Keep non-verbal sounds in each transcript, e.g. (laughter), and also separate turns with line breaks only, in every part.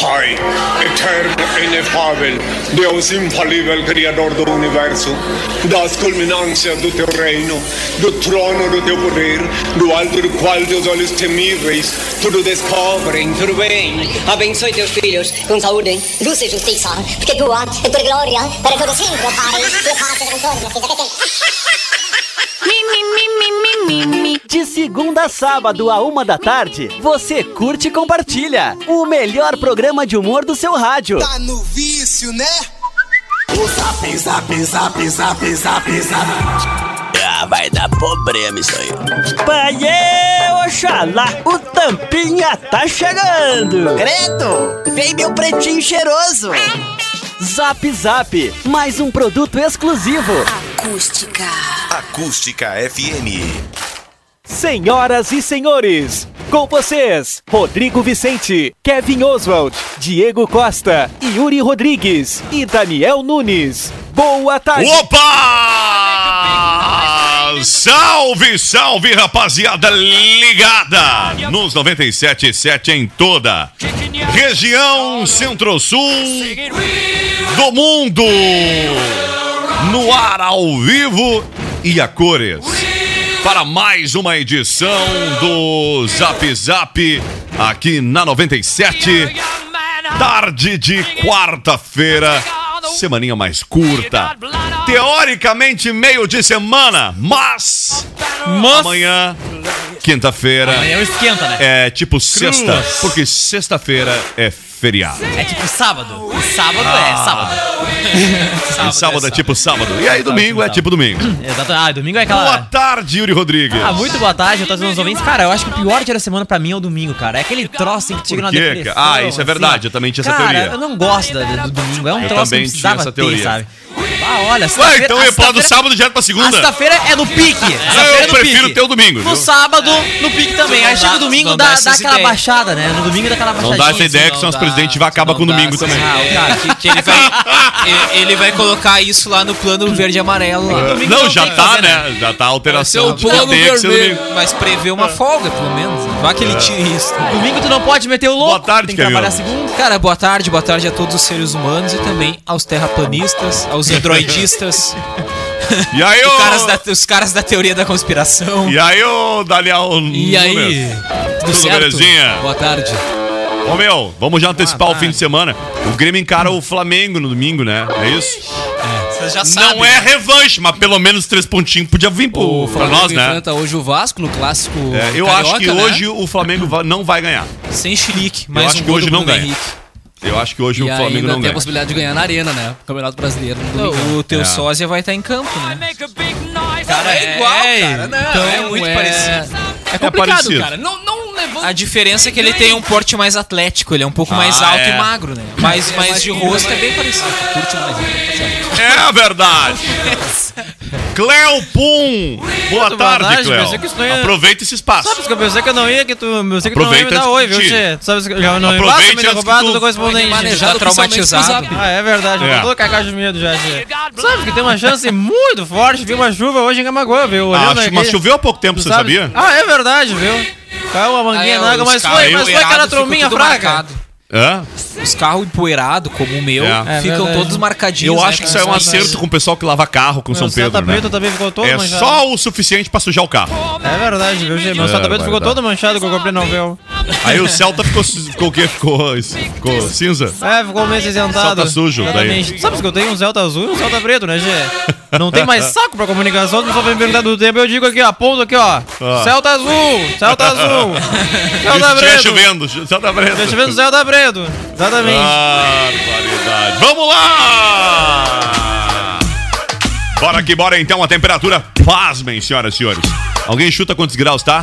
Pai, eterno, inefável, Deus infalível, Criador do Universo, das culminâncias do teu reino, do trono do teu poder, do alto do qual teus olhos temíveis tudo descobrem, tudo bem.
Abençoe teus filhos com saúde,
luz e justiça, porque tua é tua glória para todo sempre, Pai, e paz com
De segunda a sábado, a uma da tarde, você curte e compartilha o melhor programa de humor do seu rádio.
Tá no vício, né?
O zap, zap, zap, zap, zap, zap. Ah, vai dar problema isso aí.
Paiê, Oxalá, o Tampinha tá chegando.
Credo, vem meu pretinho cheiroso.
Zap Zap, mais um produto exclusivo.
Ah.
Acústica.
Acústica FM.
Senhoras e senhores, com vocês, Rodrigo Vicente, Kevin Oswald, Diego Costa, Yuri Rodrigues e Daniel Nunes. Boa tarde.
Opa! Salve, salve, rapaziada ligada nos 97.7 em toda região Centro-Sul do mundo. No ar ao vivo e a cores para mais uma edição do Zap Zap aqui na 97. Tarde de quarta-feira, semaninha mais curta. Teoricamente meio de semana, mas, mas... amanhã quinta-feira.
Amanhã esquenta, né?
É tipo sexta, Cruz. porque sexta-feira é feriado.
É tipo sábado. Sábado ah. é
(laughs)
sábado.
sábado, sábado é, é tipo sábado. E aí domingo é tipo domingo.
Exato. Ah, domingo é aquela.
Boa tarde, Yuri Rodrigues.
Ah, muito boa tarde, eu tô dizendo aos ouvintes. Cara, eu acho que o pior dia da semana pra mim é o domingo, cara. É aquele troço que chega na depressão.
Ah, isso é verdade, assim. eu também tinha essa
cara,
teoria.
eu não gosto do, do domingo. É um eu troço também que precisava tinha essa teoria. Ter, sabe? Ah, olha,
Ué, então eu ia pular do sábado direto pra segunda.
Sexta-feira é no pique.
É, eu prefiro ter o domingo. É.
No sábado, no pique também. Aí chega o domingo, dá, dá aquela baixada, né? No domingo dá aquela baixadinha. assim.
Não dá essa ideia que são os presidentes vai acabar com o domingo também.
Ah, (laughs) ele vai colocar isso lá no plano verde e amarelo.
Não, já tá, né? Já tá a alteração.
Seu plano vermelho. Mas prevê
É.
uma folga, pelo menos. Vá que ele tire isso. Domingo tu não pode meter o louco.
Boa tarde, Tem
que trabalhar segunda. Cara, boa tarde. Boa tarde a todos os seres humanos e também aos terraplanistas,
(laughs)
aos androidistas.
E aí, ô...
os, caras da, os caras da teoria da conspiração.
E aí, ô Daniel
E aí?
Tudo, tudo belezinha?
Boa tarde.
Ô meu, vamos já antecipar ah, o fim de semana. O Grêmio encara o Flamengo no domingo, né? É isso?
É, já
sabe, Não é revanche, mas pelo menos três pontinhos podia vir pro,
o
Flamengo pra nós, né?
enfrenta hoje o Vasco no clássico.
É, eu Carioca, acho que né? hoje o Flamengo não vai ganhar.
Sem chilique,
mas eu acho um que hoje não ganha.
Henrique.
Eu acho que hoje e o Flamengo ainda não tem ganha.
a possibilidade de ganhar na arena, né? O Campeonato Brasileiro. o teu é. sósia vai estar em campo, né? Cara, é, é igual, cara. Não, então é muito é... parecido. É complicado, é parecido. cara. Não, não levanta. A diferença é que ele tem um porte mais atlético, ele é um pouco ah, mais alto e magro, né? Mas, mas de rosto é bem parecido. Curte mais.
(laughs) É verdade. Cleo Pum! Boa tu tarde, tarde Cleo. Ia... Aproveita esse espaço.
Sabe que eu pensei que eu não ia, que tu, eu sei que Aproveita tu não ia me dar oi, viu, Tchê? Sabe que eu já não ia me dar oi, roubado, tu... correspondente. Tá traumatizado. Ah, é verdade. É. Eu tô cacá de medo já, Tchê. Sabe que tem uma chance muito forte, viu uma chuva hoje em Camagoa, viu?
Ah, mas aqui. choveu há pouco tempo, tu você sabe? sabia?
Ah, é verdade, viu? Caiu uma manguinha ah, é, na água, mas foi, mas foi aquela trombinha fraca.
Hã?
Os carros empoeirados, como o meu, é. ficam é todos marcadinhos.
Eu acho né, que isso é um acerto com o pessoal que lava carro com meu São Pedro. Né?
também ficou todo
é
manchado.
só o suficiente pra sujar o carro.
É verdade, viu, Gê? Meu é, Santa Pedro ficou dar. todo manchado que eu comprei no véu.
Aí o Celta ficou, ficou o quê? Ficou, ficou cinza?
Tá
É, ficou meio cinzentado.
Celta sujo. Exatamente.
Daí. Sabe que eu tenho um Celta azul e um Celta preto, né, Gê? Não tem
(laughs)
mais saco pra comunicação, não só vem perguntar do tempo. Eu digo aqui, ó, ponto aqui, ó. Ah. Celta azul, Celta
(laughs)
azul, Celta preto.
chovendo, tá Ah. Celta preto.
Tá
Já chovendo, Celta preto. Exatamente.
Barbaridade. Vamos lá! Bora que bora então, a temperatura. Pasmem, senhoras e senhores. Alguém chuta quantos graus, tá?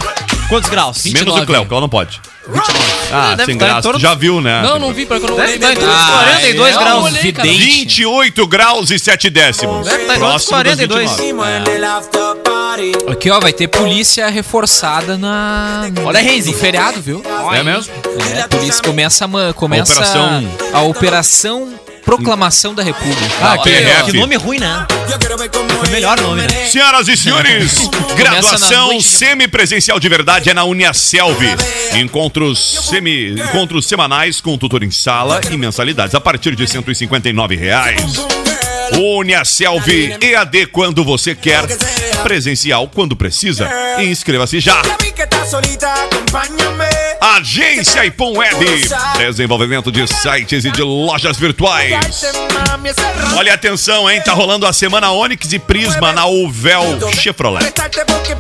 Quantos graus?
29. Menos o Cleo, Cleo não pode. 29. Ah, Deve sem graça. Torno... Já viu, né?
tá Não, não vi, para que eu não olhei. Deve estar ah, 42 é, graus. Tá Olhei,
28 graus e 7 décimos.
Deve estar Próximo 42. É. Aqui, ó, vai ter polícia reforçada na...
Olha, Reis,
no feriado, viu?
É mesmo?
É, a polícia começa, começa a operação... A operação Proclamação da República.
Ah, que ref.
que nome ruim, né? Foi o melhor nome, né?
Senhoras e senhores,
na
graduação
noite.
semipresencial de verdade é na Uniaselv. Encontros, semi, encontros semanais com tutor em sala e mensalidades a partir de R$ 159 reais. Uniaselv EAD quando você quer, presencial quando precisa. Inscreva-se já. Agência Ipom Web, desenvolvimento de sites e de lojas virtuais. Olha atenção, hein? Tá rolando a semana Onix e Prisma na Uvel Chevrolet.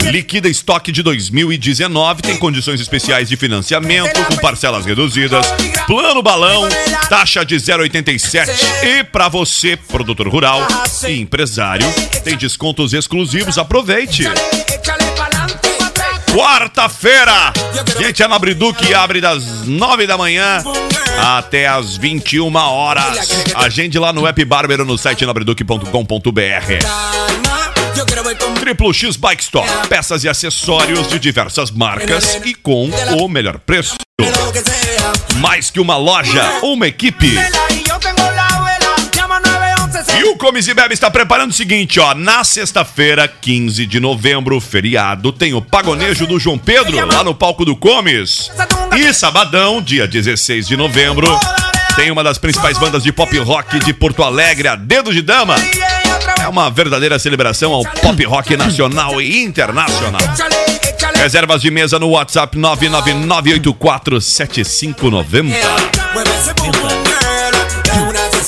Liquida estoque de 2019, tem condições especiais de financiamento, com parcelas reduzidas, plano balão, taxa de 0,87. E pra você, produtor rural e empresário, tem descontos exclusivos, aproveite. Quarta-feira, gente, é Nobre Duque abre das 9 da manhã até as 21 horas. Agende lá no app Bárbaro no site nobreduque.com.br. Triplo X Bike Store, peças e acessórios de diversas marcas e com o melhor preço. Mais que uma loja, uma equipe. E o Comes e Bebe está preparando o seguinte, ó. Na sexta-feira, 15 de novembro, feriado, tem o pagonejo do João Pedro lá no palco do Comes. E sabadão, dia 16 de novembro, tem uma das principais bandas de pop rock de Porto Alegre, a Dedo de Dama. É uma verdadeira celebração ao pop rock nacional e internacional. Reservas de mesa no WhatsApp 999847590.
É,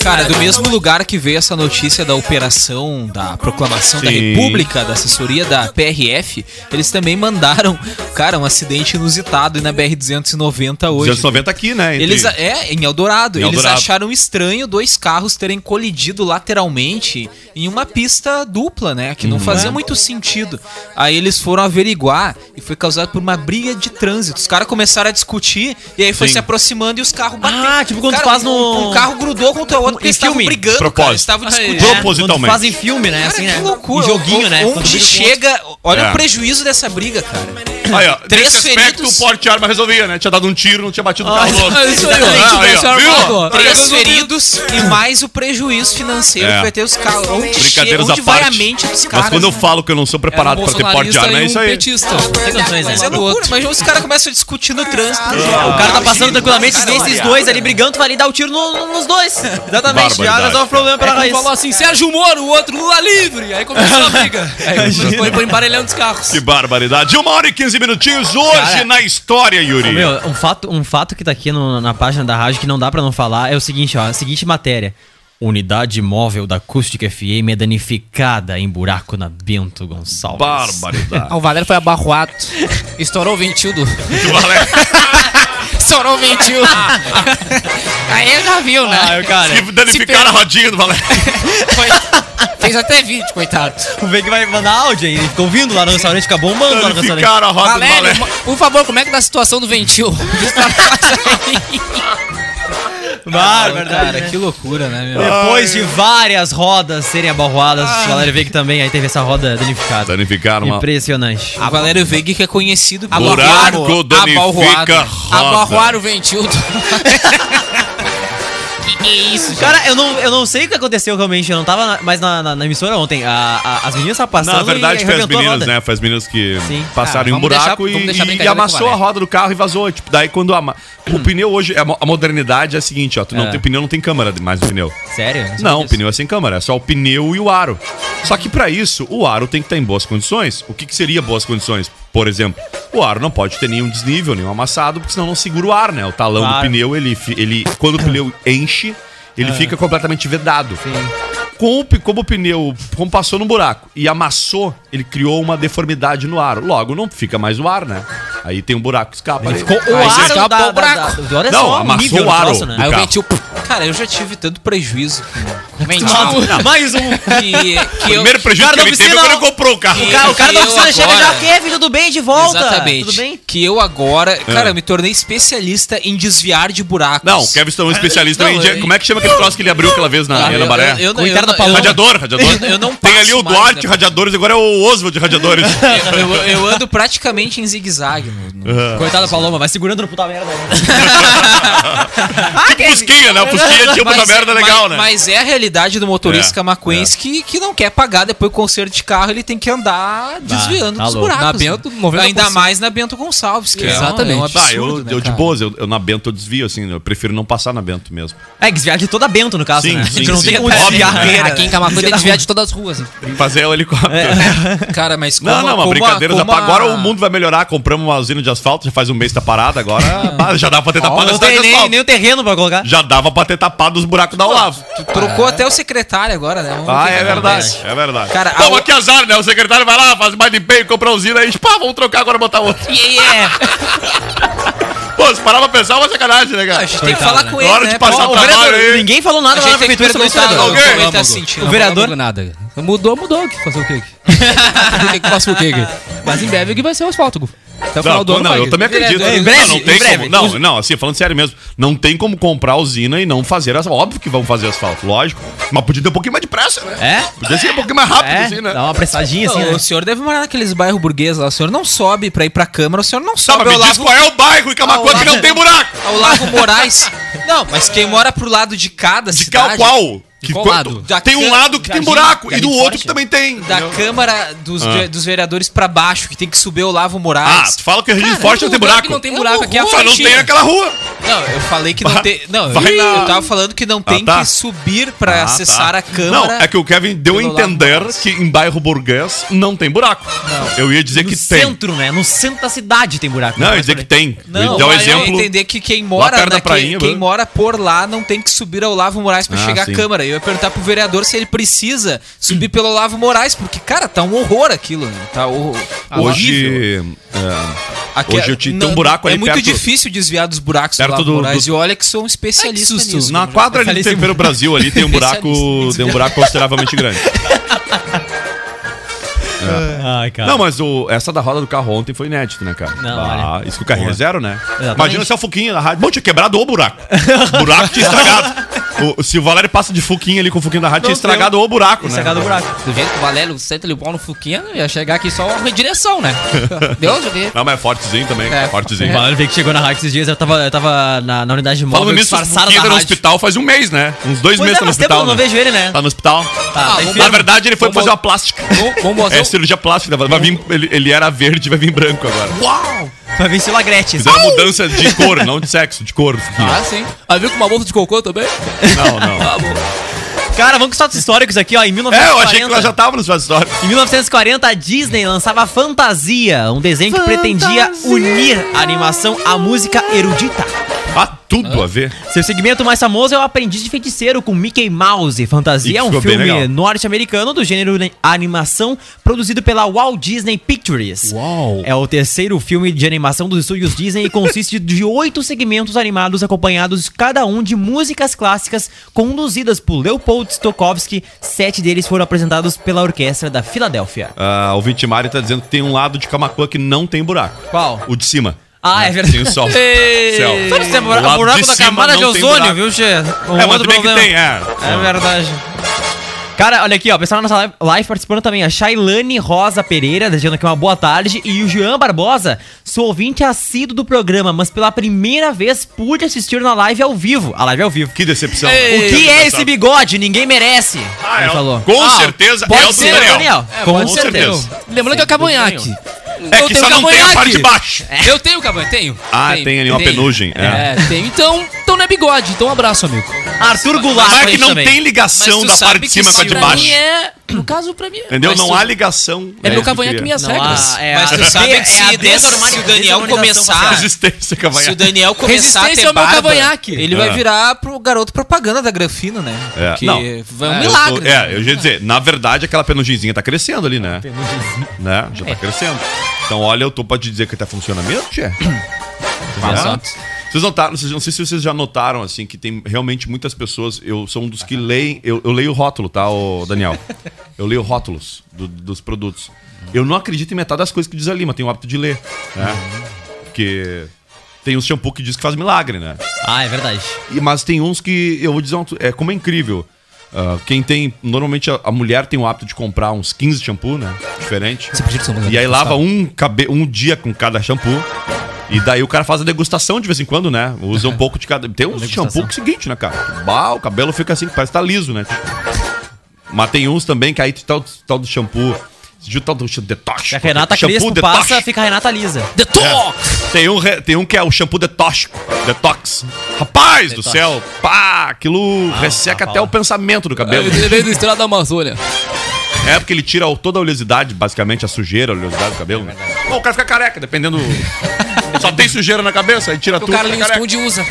Cara, do mesmo lugar que veio essa notícia da operação, da proclamação da
Sim.
República, da assessoria da PRF, eles também mandaram, cara, um acidente inusitado aí na BR-290 hoje.
290 aqui, né? entre-
Eles, é, em Eldorado.
Em
Eles
Eldorado.
acharam estranho dois carros terem colidido lateralmente em uma pista dupla, né?
Uhum.
Que não fazia muito sentido. Aí eles foram averiguar e foi causado por uma briga de trânsito. Os caras começaram a discutir e aí foi
Sim.
se aproximando e os carros batendo.
Ah, tipo quando
Cara,
faz no-
Um, um carro grudou contra o outro porque eles estavam
filme. É,
brigando, cara. Eles
Propósito.
estavam discutindo.
Propositalmente.
Fazem filme, né?
Cara,
assim,
que
né?
loucura.
Um joguinho, né? Quando
Onde
briga com
chega... Olha
É.
o prejuízo dessa briga, cara.
Aí, ó,
Três
nesse aspecto,
feridos.
o porte de arma resolvia, né? Tinha dado um tiro, não tinha batido no carro do outro.
Ah, isso aí, ó.
Ah, aí, ó.
Isso aí,
Viu?
ó.
Aí,
Três
ó.
feridos e mais o prejuízo financeiro
É.
que vai ter os caras. Onde,
Brincadeiras
che-
à
onde vai a
parte.
mente dos caras?
Mas quando eu
né? um
falo que eu não sou preparado pra ter porte de arma, é isso aí.
petista. Tem condições, Mas é loucura, mas os caras começam a discutir no trânsito.
Ah,
O
É,
cara tá passando tranquilamente, se vê esses dois ali brigando, tu vai ali dar o tiro no- no- nos dois. Exatamente, já
Barbaridade. É
resolve o problema pela raiz.
assim, Sérgio Moro, o outro Lula livre. Aí começou
(laughs)
a briga. Aí foi, foi embaralhando os carros.
Que barbaridade. Uma hora e 15 minutinhos hoje
Cara.
na história, Yuri.
Meu, um fato, um fato que tá aqui no- na página da rádio que não dá pra não falar é o seguinte, ó, a seguinte matéria. Unidade móvel da Acústica FM é danificada em buraco na Bento Gonçalves.
(laughs)
Barbaridade.
Ah, O Valério foi abarroado. Estourou o ventildo. (laughs)
Que valeu.
Estourou o (laughs) ventildo. Aí já viu, né?
Ah,
(laughs)
cara,
Que danificaram a rodinha do Valério.
Foi- Fez até vídeo, coitado.
o Veg vai mandar áudio aí, ele ficou ouvindo lá no restaurante, fica bombando lá no restaurante.
Danificaram a roda do
Valério,
Valério.
ma- por favor, como é que tá a situação do ventil?
Bárbaro, cara, que
loucura, né, meu?
Depois de várias rodas serem abarroadas, o Valério Veg também aí teve essa roda danificada.
Danificaram uma...
Impressionante.
A Valério Veiga que é conhecido por né?
Buraco danifica roda.
o ventil. que que é isso, gente?
Cara, eu não, eu não sei o que aconteceu realmente, eu não tava na- mais na, na- na emissora ontem. A- a- as meninas estavam passando
Na verdade,
e
foi as
arrebentou a
meninas,
roda.
né? Foi as meninas que
Sim.
passaram
Ah,
em um
vamos deixar-
buraco
vamos
e-
deixar a
e,
brincadeira
amassou
com o
a
né?
Valério.
roda do carro e vazou. Tipo, daí quando ama...
(clears throat)
o pneu hoje, é mo- a modernidade é a seguinte, ó. Tu não
É.
tem pneu, não tem câmera mais no pneu.
Sério? sabia
Não, o
disso.
pneu é sem câmara, é só o pneu e o aro. Só que pra isso, o aro tem que estar em boas condições. O que, que seria boas condições? Por exemplo, o aro não pode ter nenhum desnível, nenhum amassado, porque senão não segura o ar, né? O talão
Claro. É.
do pneu, ele, fi- ele quando o pneu enche, ele fica completamente vedado. Com o pi- como o pneu como passou no buraco e amassou, ele criou uma deformidade no aro. Logo, não fica mais o ar, né? Aí é tem um buraco que escapa. Ele
Ficou o
você
aro
acabou
é da,
o buraco.
da- da- olha
Não,
só um
amassou
nível
o
do
aro.
troço, né?
Aí o
carro.
ventil. Cara, eu já tive tanto prejuízo com, Mentira.
Mais um.
Que, que eu-
Primeiro prejuízo
Cara,
que
da
ele teve
oficina-
quando ele comprou o carro.
Que-
O cara, o cara tá da
eu
oficina chega já,
agora-
Kevin, tudo bem? De volta.
Exatamente.
Tudo bem?
Que eu agora, cara, eu me tornei especialista em desviar de buracos.
Ah. Não, o Kevin está um especialista
(laughs) Não,
em dia-
eu-
Como é que chama aquele troço que ele abriu aquela vez na,
Ah,
na
eu-
Baré?
eu- eu não-
Coitado
eu
da
não-
Paula.
eu não-
Radiador, radiador.
eu- eu não
Tem ali
passo
o
mais,
Duarte,
né?
radiadores, agora é o Oswald,
(laughs)
radiadores. É
Eu, eu ando praticamente em zigue-zague. no- no-
Coitada da Paloma, vai segurando no puta merda.
tipo Fusquinha, né? O Fusquinha tinha uma
Mas-
merda legal,
mas,
né?
Mas é a realidade do motorista
É,
camacuense Que, que não quer pagar depois do concerto de carro, ele tem que andar desviando
tá
dos
louco.
buracos.
Na
né?
Bento, 90%.
Ainda mais na Bento Gonçalves, que é,
Exatamente.
um- é um
Ah, eu,
absurdo, né,
eu de
cara?
boas, eu, eu na Bento eu desvio, assim, eu prefiro não passar na Bento mesmo.
É, desviar de toda a Bento, no caso,
Sim,
né?
sim,
Porque não
sim.
tem como
Óbvio,
desviar.
né?
a beira.
Aqui em Camacuã tem
da
desviado de todas as ruas. hein?
Tem que fazer o helicóptero. (laughs)
Cara, mas como,
É. Não, não, uma
como a-
brincadeira. tá-
como a-
Agora o mundo vai melhorar, compramos uma usina de asfalto, já faz um mês que tá parada,
(laughs)
agora ah, já dava pra ter
Ó,
tapado a
não
cidade
tem
de
nem,
asfalto.
nem o terreno pra colocar.
Já dava pra ter tapado os buracos da Olavo.
Tu trocou até o secretário agora, né? Vamos
Ah,
ver o
é
que
verdade,
acontece.
é verdade.
Cara,
não,
a
mas
o-
que azar, né? O secretário vai lá, faz mais de empenho, compra a usina aí, pá, vamos trocar agora e botar outro. Pô, se parar pra pensar, é uma sacanagem, né, cara?
A gente tem que falar com ele,
Na hora
né?
de passar
Pô, o
trabalho
vereador-
aí.
Ninguém falou
A
nada lá na
gente tem que
prefeitura sobre isso.
perguntar
Alguém?
como ele tá
Vamos,
sentindo.
Não
O vereador-
falamos nada. Mudou, mudou. Que Fazer o
(laughs)
quê? Fazer o quê que faça o quê? aqui? Mas em breve que vai ser o asfalto. Gu. Até o final
Não,
do
não,
ano. vai.
eu também acredito.
Vereador,
Não,
em
breve,
não,
em
tem
breve.
como, não, não, assim, falando sério mesmo, não tem como comprar a usina e não fazer asfalto. Óbvio que vão fazer asfalto, lógico. Mas podia ter um pouquinho mais de pressa, né?
É?
Podia ser um pouquinho mais rápido, assim, né?
É, dá uma apressadinha assim,
Não,
né?
O senhor deve morar naqueles bairros burgueses lá. O senhor não sobe pra ir pra Câmara, o senhor não
Tá,
sobe
mas me diz
ao lado
qual é o bairro em Camacuã
ao
que não
lado-
tem buraco.
ao
(laughs)
Lago Moraes. Não, mas quem mora pro lado de cada
De
cidade...
qual? qual?
De
Que
qual
quan-
lado?
Da
Tem um
can-
lado que tem
Jardim-
buraco e
Jardim
do outro
Forte?
que também tem.
Da Câmara dos, ve- dos Vereadores pra baixo, que tem que subir o Lavo
Ah,
Moraes.
tu fala que a gente
Cara,
forte não tem
lugar
buraco.
que não tem buraco aqui é a
Só Ah, não
Frontina.
tem aquela rua.
Não, eu falei que não
Vai-
tem... Não,
vai
eu,
na-
eu tava falando que não tem
tá.
que subir pra
Ah, tá.
acessar a Câmara.
Não, é que o Kevin deu a
pelo lado
entender
do
que em bairro burguês não tem buraco. Eu ia dizer
No
que tem.
centro, né? No centro da cidade tem buraco. né?
Não, eu ia dizer que tem. Eu ia
Não,
dar um
mas eu
exemplo.
ia entender que quem
Lá
mora,
perto da
né,
prainha,
quem, quem
né?
mora por lá não tem que subir ao Olavo Moraes pra
Ah,
chegar
sim.
à Câmara. Eu ia perguntar pro vereador se ele precisa subir pelo Olavo Moraes, porque, cara, tá um horror aquilo, né? Tá horror, horrível.
Ah, Hoje. é, hoje eu te- tem um buraco
é
ali
muito
perto-
difícil desviar dos buracos do
perto
Olavo
do-
Moraes.
do-
E olha que sou um especialista
Ai, que susto.
nisso.
Na quadra ali do tempero Brasil ali tem um buraco,
Especialista.
tem um buraco consideravelmente grande.
Ai, cara.
Não, mas o- essa da roda do carro ontem foi inédito, né, cara?
Não,
ah, isso que o carrinho é zero, né?
Exatamente.
Imagina se é o Fuquinha da rádio. Bom, tinha quebrado o buraco. O buraco tinha estragado. O- se o Valério passa de Fuquinha ali com o Fuquinha da rádio, tinha
Não
estragado o buraco, né?
Estragado o é buraco.
Do jeito que o Valério senta ali o pau no Fuquinha, ia chegar aqui só uma direção,
(laughs)
né? Deus, eu vi.
Não, mas é fortezinho também, cara,
É.
fortezinho.
Mano, ele veio que chegou na rádio esses dias, eu tava, eu tava na, na unidade de
Falando
móvel
nisso, o
disfarçada
Fuquinha
da
tá no
rádio.
hospital faz um mês, né? Uns dois
Pois
meses
é, faz tempo
tá no
que
hospital,
eu não
né?
vejo ele, né?
Tá no hospital.
tá
Ah,
enfermo.
Na verdade, ele foi fazer uma plástica.
Vamos- Vamos fazer
É
um-
cirurgia plástica. Vai vir, ele, ele era verde, vai vir branco agora.
Vai vencer o Lagrete.
Fizeram mudança de cor, não de sexo, de cor.
Ah, sim. Aí viu com uma bolsa de cocô também?
Não, não.
Cara, vamos com os fatos históricos aqui, ó. Em
É,
1940,
eu achei que nós já tava nos histórias.
em 1940, a Disney lançava Fantasia, um desenho que pretendia unir a animação à música erudita.
Ah, tudo a ver.
Seu segmento mais famoso é o Aprendiz de Feiticeiro com Mickey Mouse.
E
Fantasia é um
ficou bem legal.
filme norte-americano do gênero ne- animação produzido pela Walt Disney Pictures.
Uau.
É o terceiro filme de animação dos estúdios Disney e consiste de oito segmentos animados acompanhados cada um de músicas clássicas conduzidas por Leopold Stokowski. Sete deles foram apresentados pela Orquestra da Filadélfia.
Ah, o Vitimari tá dizendo que tem um lado de Camacuã que não tem buraco.
Qual?
O de cima. Né?
Ah, é verdade.
Tem
(laughs)
o sol.
Ei.
Céu.
Sabe se é
O lado
buraco, buraco
de
da
cima
camada
não
de
tem
ozônio,
buraco.
viu, Che? Um
É, mas
outro
tudo bem que
problema.
tem, é.
É verdade. Cara, olha aqui, ó. Pessoal na nossa live, live participando também. A Shailane Rosa Pereira, desejando aqui uma boa tarde. E o Jean Barbosa, sou ouvinte assíduo do programa, mas pela primeira vez pude assistir na live ao vivo. A live é ao vivo.
Que decepção.
O que é esse bigode? Ninguém merece.
Ah,
Ele
é,
falou.
Com
Ah,
certeza
Pode
é o do
ser,
Daniel.
Daniel.
É,
com
pode
ser
certeza.
mesmo.
Lembrando que é o cavanhaque.
É que só não tem a parte de baixo.
É,
Eu tenho cavanhaque, tenho.
É. Ah,
Tenho,
tem ali uma
tenho.
penugem, é.
É, tenho. Então, então não é bigode. Então um abraço, amigo.
Arthur Goulart.
Mas é
foi
que
isso
não
também.
tem ligação
Mas tu
é um da parte
sabe
de
que
cima com a
só
de
Pra
baixo.
mim é... No caso, pra mim...
Entendeu?
Mas
Não
tu-
há ligação.
É meu
do que
cavanhaque,
(laughs)
minhas
Não
regras.
há- é
Mas
a-
tu sabe
é
que se,
a
des- se o
desorganização
Daniel começar...
facial.
Resistência,
Se o
cavanhaque.
Daniel começar a
Resistência
ter
ao meu
barba,
cavanhaque.
ele
É.
vai virar pro garoto propaganda da Granfino, né?
É,
Que
não.
vai um
Eu
milagre.
tô- é, eu já ia dizer, na verdade aquela penugenzinha tá crescendo ali, né? Né? Já tá crescendo. Então, olha, eu tô pra te dizer que tá funcionando mesmo, Tchê. Ah,
Exato.
Se Vocês notaram, vocês- não sei se vocês já notaram, assim, que tem realmente muitas pessoas. Eu sou um dos que leem. Eu, eu leio o rótulo, tá, ô Daniel? Eu leio rótulos do- dos produtos. Eu não acredito em metade das coisas que diz ali, mas tenho o hábito de ler. Né? Porque tem uns shampoo que diz que faz milagre, né?
Ah, é verdade.
E, mas tem uns que eu vou dizer uma, co- é como é incrível. Ah, quem tem. Normalmente a, a mulher tem o hábito de comprar uns 15 shampoo, né? Diferente. E aí lava um, cabe, um dia com cada shampoo. E daí o cara faz a degustação de vez em quando, né? Usa um pouco de cada. Tem uns shampoo que é o seguinte, né, cara? Bah, o cabelo fica assim, parece que tá liso, né? Mas tem uns também que aí tu tal, tal do shampoo. Esse dia o tal do sh- detox.
A É, Renata Crespo passa, fica a Renata lisa.
É. Tem, um, re- tem um que é o shampoo detox. Detox. Rapaz do céu, pá, aquilo
Ah,
resseca
tá,
até o pensamento do cabelo.
Eu lembrei do Estrada da Amazônia.
É porque ele tira o- toda a oleosidade, basicamente, a sujeira, a oleosidade do cabelo. né? Bom, o cara fica careca, dependendo. (laughs) Só tem sujeira na cabeça, aí tira
O
tudo. fica
Carlinhos
careca.
Conde usa.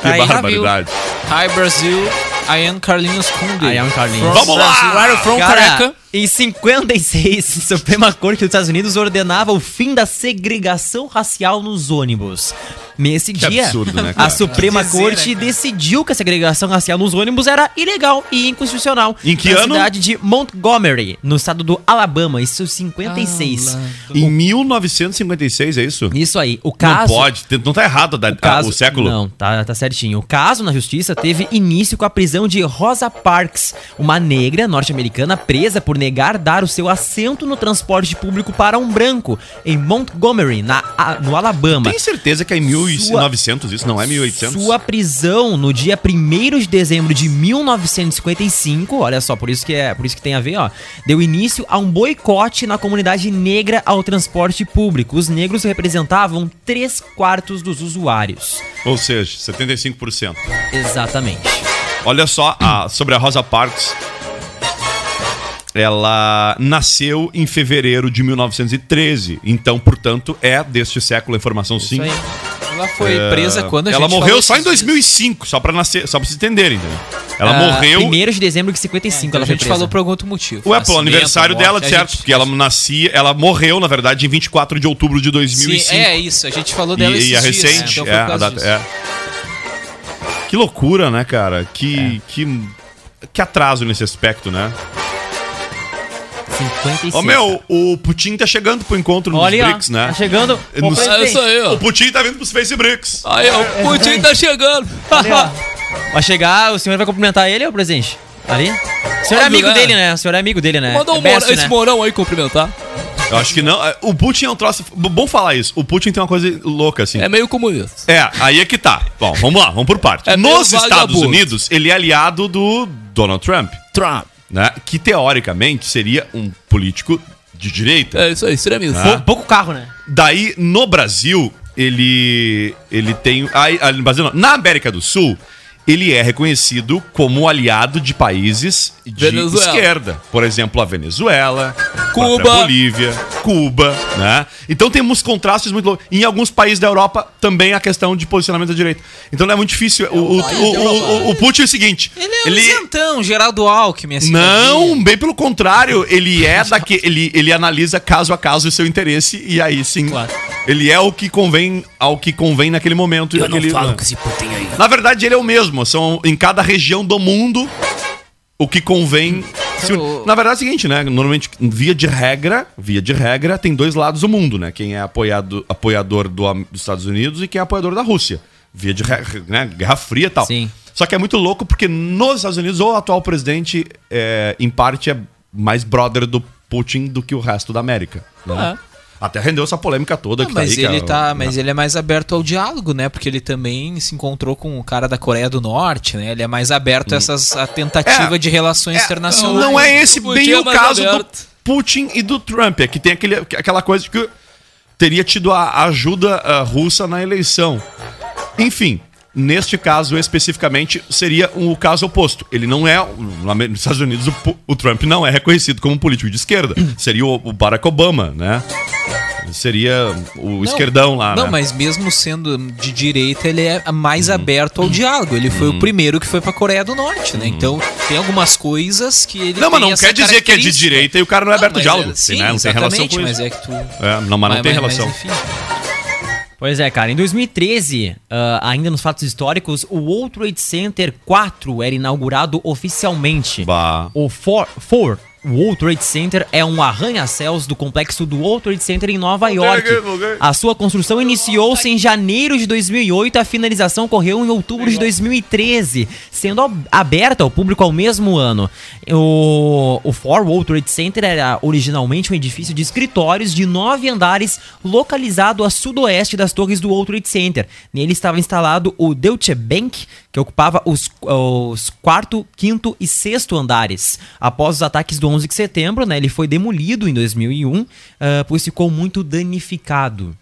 Que
Aí já
barbaridade.
viu. Hi Brasil, I am Carlinhos Conde.
I am é um Carlinhos.
From
Vamos lá!
Brasil. Where
um
from
Cara,
Careca?
em 56, a (laughs) Suprema Corte dos Estados Unidos ordenava o fim da segregação racial nos ônibus. Nesse
Que
dia,
absurdo, né, cara?
a Suprema
Dizer,
Corte decidiu que a segregação racial nos ônibus era ilegal e inconstitucional.
Em que
na
ano?
cidade de Montgomery, no estado do Alabama, isso em 56.
Em 1956, é isso?
Isso aí. O
Não
caso
pode, tem- não tá errado da- a- o,
caso-
século.
Não, tá, tá certinho. O caso na justiça teve início com a prisão de Rosa Parks, uma negra norte-americana presa por negar dar o seu assento no transporte público para um branco, em Montgomery, na, a- no Alabama.
Tem certeza que é em 1900 isso, não é 1800?
Sua prisão no dia 1 de dezembro de 1955, olha só, por isso que é, por isso que tem a ver, ó, deu início a um boicote na comunidade negra ao transporte público. Os negros representavam 3 quartos dos usuários.
Ou seja, 75%.
Exatamente.
Olha só a- sobre a Rosa Parks. Ela nasceu em fevereiro de 1913, então, portanto, é deste século a informação sim.
Ela foi
É,
presa quando a
Ela
gente
morreu
falou
só em
esses dias.
2005, só para nascer, só para vocês entenderem, entendeu? Ela
Ah,
morreu
1 de dezembro de 55, ela
Ah, então A
foi
gente
presa.
falou por algum outro motivo.
Ué, pelo
Nascimento,
aniversário
morte,
dela,
a
certo?
gente-
Porque ela nascia, ela morreu, na verdade, em 24 de outubro de 2005.
Sim, é isso, a gente falou dela
e,
esses
e a
dias,
recente,
então foi
é,
por
a
causa
data,
disso.
é. Que loucura, né, cara? Que,
É.
que que atraso nesse aspecto, né?
56.
Ô meu, o Putin tá chegando pro encontro nos
Olha aí, ó,
BRICS, né?
tá chegando. Ô,
Nos-
É
presidente. Isso aí, ó.
o Putin tá vindo pros Face BRICS.
Aí, ó, o Putin tá chegando.
Vai chegar, o senhor vai cumprimentar ele, ô presidente? Ali? O senhor é
Óbvio,
amigo
né?
dele, né? O senhor é amigo dele, né?
(laughs) Mandou
é
um mor-
best,
esse
né?
morão aí cumprimentar.
Eu acho que não. O Putin é um troço. b- Bom falar isso. O Putin tem uma coisa louca, assim.
É meio comunista.
É, aí é que tá. Bom, vamos lá, vamos por parte.
É meio
Nos Estados
vagabundo.
Unidos, ele é aliado do Donald Trump.
Trump.
Né? Que teoricamente seria um político de direita.
É isso aí, extremismo.
Pou-
pouco carro, né?
Daí, no Brasil, ele. ele tem. Aí, aí, no Brasil, não. Na América do Sul, ele é reconhecido como aliado de países de
Venezuela.
esquerda. Por exemplo, a Venezuela, a
Cuba.
própria Bolívia, Cuba, né? Então temos contrastes muito loucos. Em alguns países da Europa, também a questão de posicionamento da direita. Então não é muito difícil.
um
O, o, o, o- o- o Putin é o seguinte.
né? Ele é um isentão, Geraldo Alckmin. assim,
Não, bem pelo contrário, ele é daqui, ele, ele analisa caso a caso o seu interesse e aí sim, ele é o que convém ao que convém naquele momento. e naquele-
esse putinho aí.
Na verdade, ele é o mesmo. São em cada região do mundo o que convém. se- Na verdade é o seguinte, né? Normalmente, via de regra, via de regra, tem dois lados do mundo, né? Quem é apoiado, apoiador do am- dos Estados Unidos e quem é apoiador da Rússia. Via de regra, né? Guerra Fria e tal. Sim. Só que é muito louco porque nos Estados Unidos o atual presidente, é, em parte, é mais brother do Putin do que o resto da América. né? Até rendeu essa polêmica toda
É. Ah,
que
mas
tá aí,
ele
cara.
tá, mas ele é mais aberto ao diálogo, né? Porque ele também se encontrou com o cara da Coreia do Norte, né? Ele é mais aberto a essas a
É.
tentativa de relações internacionais.
Não é esse bem
Putin é
o
mais
caso do
aberto.
Putin e do Trump. É que tem aquele, aquela coisa de que teria tido a ajuda ah, russa na eleição. Enfim, neste caso especificamente, seria um, o caso oposto. Ele não é. lá Nos Estados Unidos,
(clears throat)
o, Pu- o Trump não é reconhecido como um político de esquerda. Seria o, o Barack Obama, né? Seria o esquerdão lá, né?
Não,
Uhum.
mas mesmo sendo de direita, ele é mais aberto ao diálogo. Ele foi o primeiro que foi pra Coreia do Norte, né? Então, tem algumas coisas que ele
Uhum. Não, mas
tem
não
essa
quer dizer que é de
característica.
direita e o cara não é aberto ao
Ah, mas
diálogo.
sim,
né? Não tem relação com
exatamente,
isso.
mas é que tu-
É, não, mas não tem relação.
Pois é, cara. Em 2013, ah, ainda nos fatos históricos, o World Trade Center 4 era inaugurado oficialmente. O For, For o World Trade Center é um arranha-céus do complexo do World Trade Center em Nova York.
aqui, não tem.
A sua construção iniciou-se em janeiro de 2008, a finalização ocorreu em outubro de 2013, sendo ab- aberta ao público ao mesmo ano. O, o Four World Trade Center era originalmente um edifício de escritórios de nove andares, localizado a sudoeste das torres do World Trade Center. Nele estava instalado o Deutsche Bank, que ocupava os, os quarto, quinto e sexto andares. Após os ataques do 11 de setembro, né, ele foi demolido em 2001, ah, pois ficou muito danificado.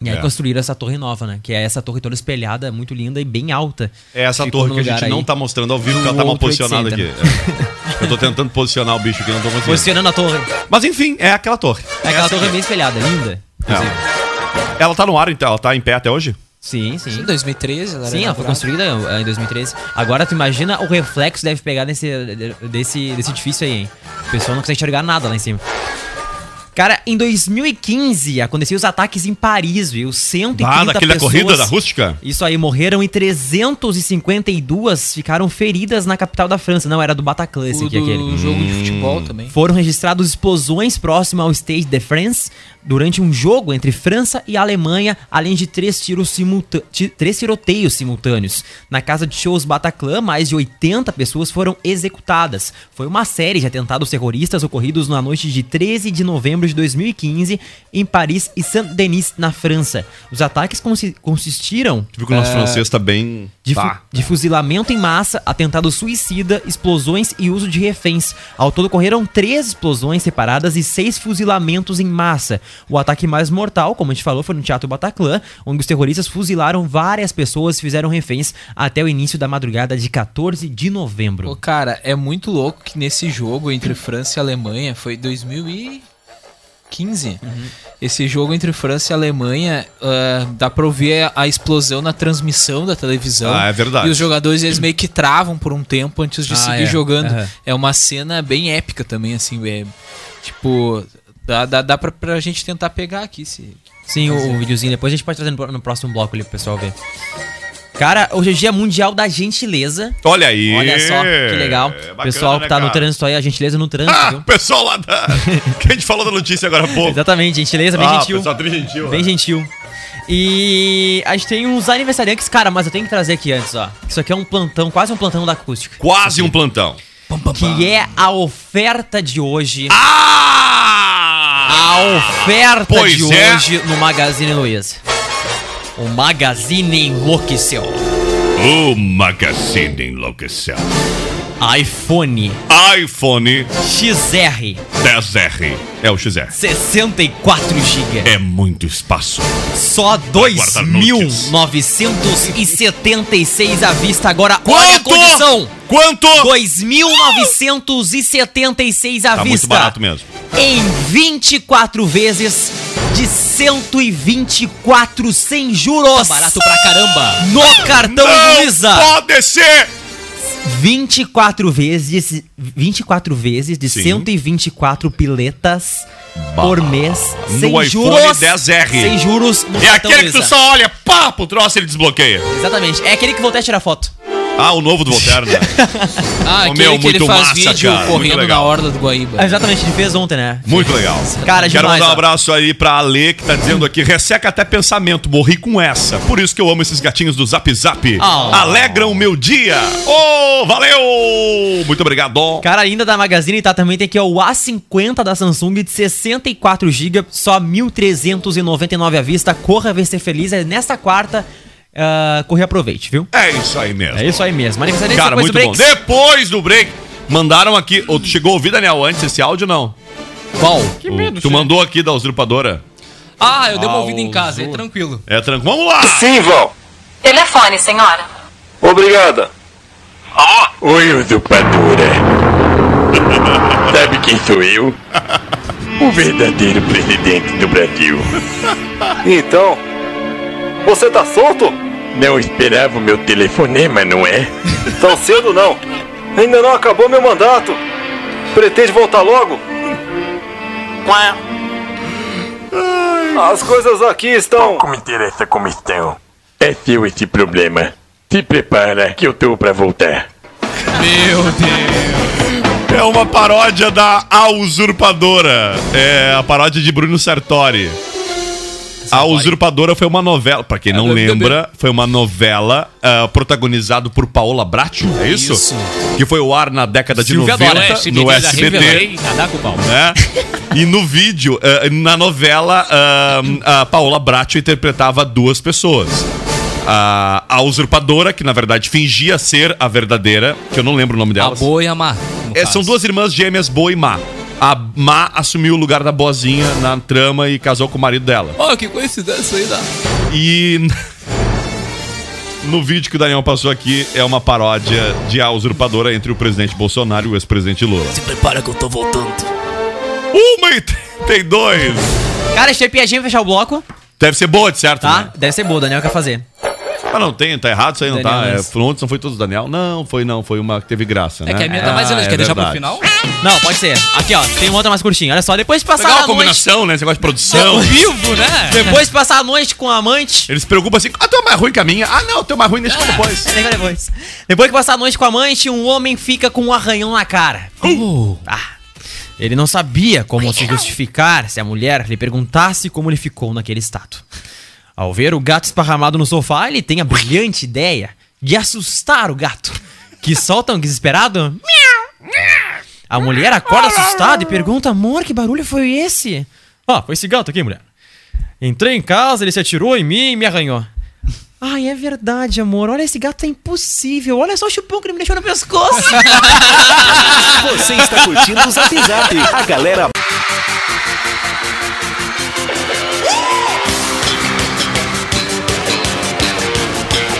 E aí
É.
construíram essa torre nova, né? Que é essa torre toda espelhada, muito linda e bem alta.
É essa
Ficou
torre
no
que a
lugar
gente
aí.
não tá mostrando ao vivo, porque ela tá
Do
mal
World Trade
posicionada aqui.
Center.
É. Eu tô tentando posicionar o bicho aqui, não tô conseguindo.
Posicionando a torre.
Mas enfim, é aquela torre.
É aquela
Essa
torre
aqui.
bem espelhada, linda.
É. Ela tá no ar, então? Ela tá em pé até hoje?
Sim, sim.
Em 2013, ela era
Sim, ela foi
inaugurada.
construída eh, em 2013. Agora tu imagina o reflexo que deve pegar nesse, desse, desse edifício aí, hein? O pessoal não consegue enxergar nada lá em cima. Cara, em 2015 aconteciam os ataques em Paris, viu? 130
Ah, daquele da
pessoas.
corrida da rústica?
Isso aí, morreram e 352 ficaram feridas na capital da França. Não, era do Bataclan esse
O
aqui, aquele.
do jogo de futebol
Hum.
também.
Foram registrados explosões próximas ao Stage de France durante um jogo entre França e Alemanha, além de três, tiros simultâ- ti- três tiroteios simultâneos. Na casa de shows Bataclan, mais de 80 pessoas foram executadas. Foi uma série de atentados terroristas ocorridos na noite de 13 de novembro de 2015 em Paris e Saint-Denis, na França. Os ataques consi- consistiram...
Tu viu que o nosso
eh,
francês tá bem.
de, fu-
tá.
de fuzilamento em massa, atentado suicida, explosões e uso de reféns. Ao todo ocorreram três explosões separadas e seis fuzilamentos em massa. O ataque mais mortal, como a gente falou, foi no Teatro Bataclan, onde os terroristas fuzilaram várias pessoas e fizeram reféns até o início da madrugada de 14 de novembro.
Ô, cara, é muito louco que nesse jogo entre França e Alemanha foi 2015. Esse jogo entre França e Alemanha ah, dá pra ouvir a explosão na transmissão da televisão.
Ah, é verdade.
E os jogadores eles meio que travam por um tempo antes de
Ah,
seguir
é.
jogando.
Aham.
É uma cena bem épica também, assim. É, tipo, dá, dá, dá pra, pra gente tentar pegar aqui se.
Sim, o, o videozinho depois a gente pode trazer no, pro- no próximo bloco ali pro pessoal ver. Cara, hoje é dia mundial da gentileza.
Olha aí.
Olha só, que legal.
É bacana,
pessoal que
né,
tá no
cara? Ah,
trânsito aí, a gentileza no trânsito, viu?
Pessoal lá
(laughs)
da. que a gente falou da notícia agora há pouco.
Exatamente, gentileza, bem
Ah,
gentil.
pessoal, bem gentil,
Bem
né?
gentil. E a gente tem uns aniversariantes, cara, mas eu tenho que trazer aqui antes, ó. Isso aqui é um plantão, quase um plantão da acústica.
Quase um Ah, plantão.
Que é a oferta de hoje. A oferta
ah. Pois
de
é.
hoje no Magazine Luiza. O Magazine enlouqueceu.
O Magazine enlouqueceu.
iPhone
iPhone
XR
10R. É o XR.
64 GB.
É muito espaço.
Só 2.976 à vista agora. Olha a
Quanto?
condição!
Quanto?
2.976 à
Tá muito
vista.
barato mesmo.
Em 24 vezes de 124 sem juros. Tá barato pra caramba. No cartão
Não
Luiza.
Pode ser!
24 vezes, 24 vezes de 124 piletas por mês
No
sem
iPhone
juros.
10R.
Sem juros no
É
cartão
aquele que tu
Luiza.
só olha, pá, pro troço ele desbloqueia.
Exatamente. É aquele que voltei a tirar foto.
Ah, o novo do Voltaire, né?
(laughs)
Ah,
Ô,
aquele
meu,
que ele
muito
faz
massa,
vídeo
cara, muito
correndo na
legal.
Orla do Guaíba.
Ah, Exatamente, ele fez ontem, né?
Muito legal.
Cara,
Quero
demais,
mandar um
ó.
abraço aí pra Ale, que tá dizendo aqui, resseca até pensamento, morri com essa. Por isso que eu amo esses gatinhos do Zap Zap.
Ah.
Alegram o meu dia. Ô, valeu! Muito obrigado.
Cara, ainda da Magazine, tá? Também tem aqui ó, o A50 da Samsung de 64GB, só 1.399 à vista. Corra, vem ser feliz. É nesta quarta. ah, corre e aproveite, viu?
É isso aí mesmo.
É isso aí mesmo. Aniversariante
Cara,
depois do
muito bom.
break.
Depois do break, mandaram aqui... Ô, tu chegou a ouvir, Daniel, antes esse áudio, não?
Qual?
Que medo, Tu mandou aqui da usurpadora.
Ah, eu
dei uma ouvida
em casa, é tranquilo.
É tranquilo. Vamos lá!
Sim, Val.
Telefone, senhora.
Obrigada. Alô? Oi, usurpadora.
Sabe quem sou eu? O verdadeiro presidente do Brasil.
Então, você tá solto?
Não esperava o meu telefonema, não é?
Tão cedo não. Ainda não acabou meu mandato. Pretende voltar logo? As coisas aqui estão.
Pouco me interessa como estão. É seu esse problema. Se prepara que eu tô pra voltar.
Meu Deus. É uma paródia da A Usurpadora. É a paródia de Bruno Sartori. A Usurpadora foi uma novela, pra
É,
quem não lembra, foi uma novela ah, protagonizada por Paola Bracho, é isso?
Isso.
Que foi ao ar na década de
Silvia
90
Dória, SBT
no
da
SBT.
Riverley, nadar com o pau.
né? E no vídeo, ah, na novela, ah, a Paola Bracho interpretava duas pessoas. A, a usurpadora, que na verdade fingia ser a verdadeira, que eu não lembro o nome
A
dela.
boa e a má. no
É, são
caso.
duas irmãs gêmeas, boa e má. A má assumiu o lugar da boazinha na trama e casou com o marido dela.
Ó, que coincidência aí, dá.
E (laughs) no vídeo que o Daniel passou aqui é uma paródia de a usurpadora entre o presidente Bolsonaro e o ex-presidente Lula.
Se prepara que eu tô voltando.
Uma e tem dois.
Cara, achei piadinha pra fechar o bloco.
Deve ser boa, de certo? né?
Tá? Deve ser boa, o Daniel quer fazer.
Ah, não tem, tá errado isso aí, não
Daniel
tá? É,
Nunes.
foi- ontem não foi todos do Daniel? Não, foi não, foi uma que teve graça, né?
que a minha tá mais
Ah,
elegante. Quer deixar pro final?
verdade.
Não, pode ser. Aqui, ó, tem uma outra mais curtinha. Olha só, depois de passar
Legal
a
a combinação, né? Esse negócio de produção.
noite... vivo, né? Depois de passar a noite com a amante...
Eles se preocupam assim, ah, tu é mais ruim que a minha. Ah, não, tu é mais ruim, deixa pra depois.
Deixa pra depois. Depois que passar a noite com a amante, um homem fica com um arranhão na cara. Uh, ah. Ele não sabia como se justificar se a mulher lhe perguntasse como ele ficou naquele estado. Ao ver o gato esparramado no sofá, ele tem a brilhante ideia de assustar o gato, que solta um desesperado. A mulher acorda assustada e pergunta: Amor, que barulho foi esse? Ah, foi esse gato aqui, mulher. Entrei em casa, ele se atirou em mim e me arranhou. Ai, é verdade, amor. Olha, esse gato é impossível. Olha só o chupão que ele me deixou no pescoço.
Você está curtindo o Zap Zap. A
Ah,
galera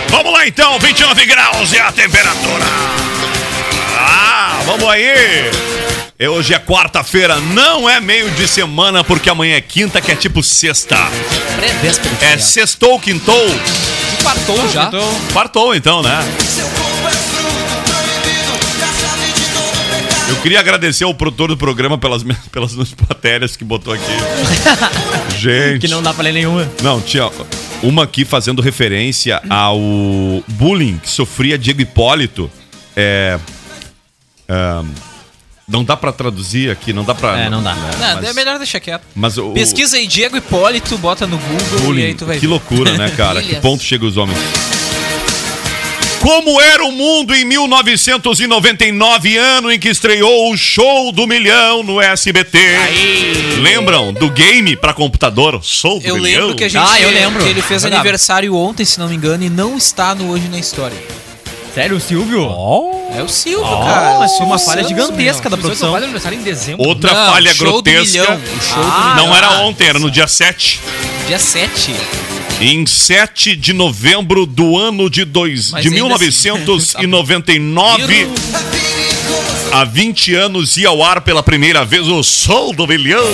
Vamos lá então, 29 graus é a temperatura. Ah, vamos aí. E Hoje é quarta-feira, não é meio de semana, porque amanhã é quinta, que é tipo sexta. É sextou, quintou.
Partou já.
Partou então, né? Eu queria agradecer ao produtor do programa pelas, minhas- (laughs) pelas minhas matérias que botou aqui. Gente.
que não dá pra ler nenhuma.
Não, tinha uma aqui fazendo referência ao bullying que sofria Diego Hipólito. É. ahn, não dá pra traduzir aqui, não dá pra.
É, não dá.
Não, é
mas,
melhor deixar quieto.
mas o.
Pesquisa aí, Diego Hipólito, bota no Google e aí
bullying.
tu vai
Que
ver.
loucura, né, cara? que
Milhas.
ponto chega os homens. Como era o mundo em 1999, ano em que estreou o Show do Milhão no SBT? Lembram do game pra computador? Show do
Eu
Milhão?
lembro que a gente.
Ah,
que ele fez aniversário ontem, se não me engano, e não está no Hoje na História.
Sério, o Silvio?
É o Silvio,
Oh,
cara.
mas foi uma falha
Santos,
gigantesca da
meu.
produção.
Faz aniversário em dezembro.
Outra
Não,
falha
show do
grotesca.
milhão, o show do
Ah,
milhão.
não era ontem, era no dia 7.
Dia 7.
Em 7 de novembro do ano de, dois,
Mas
de
ainda assim.
1999, há 20 anos, ia ao ar pela primeira vez o Sol do Milhão.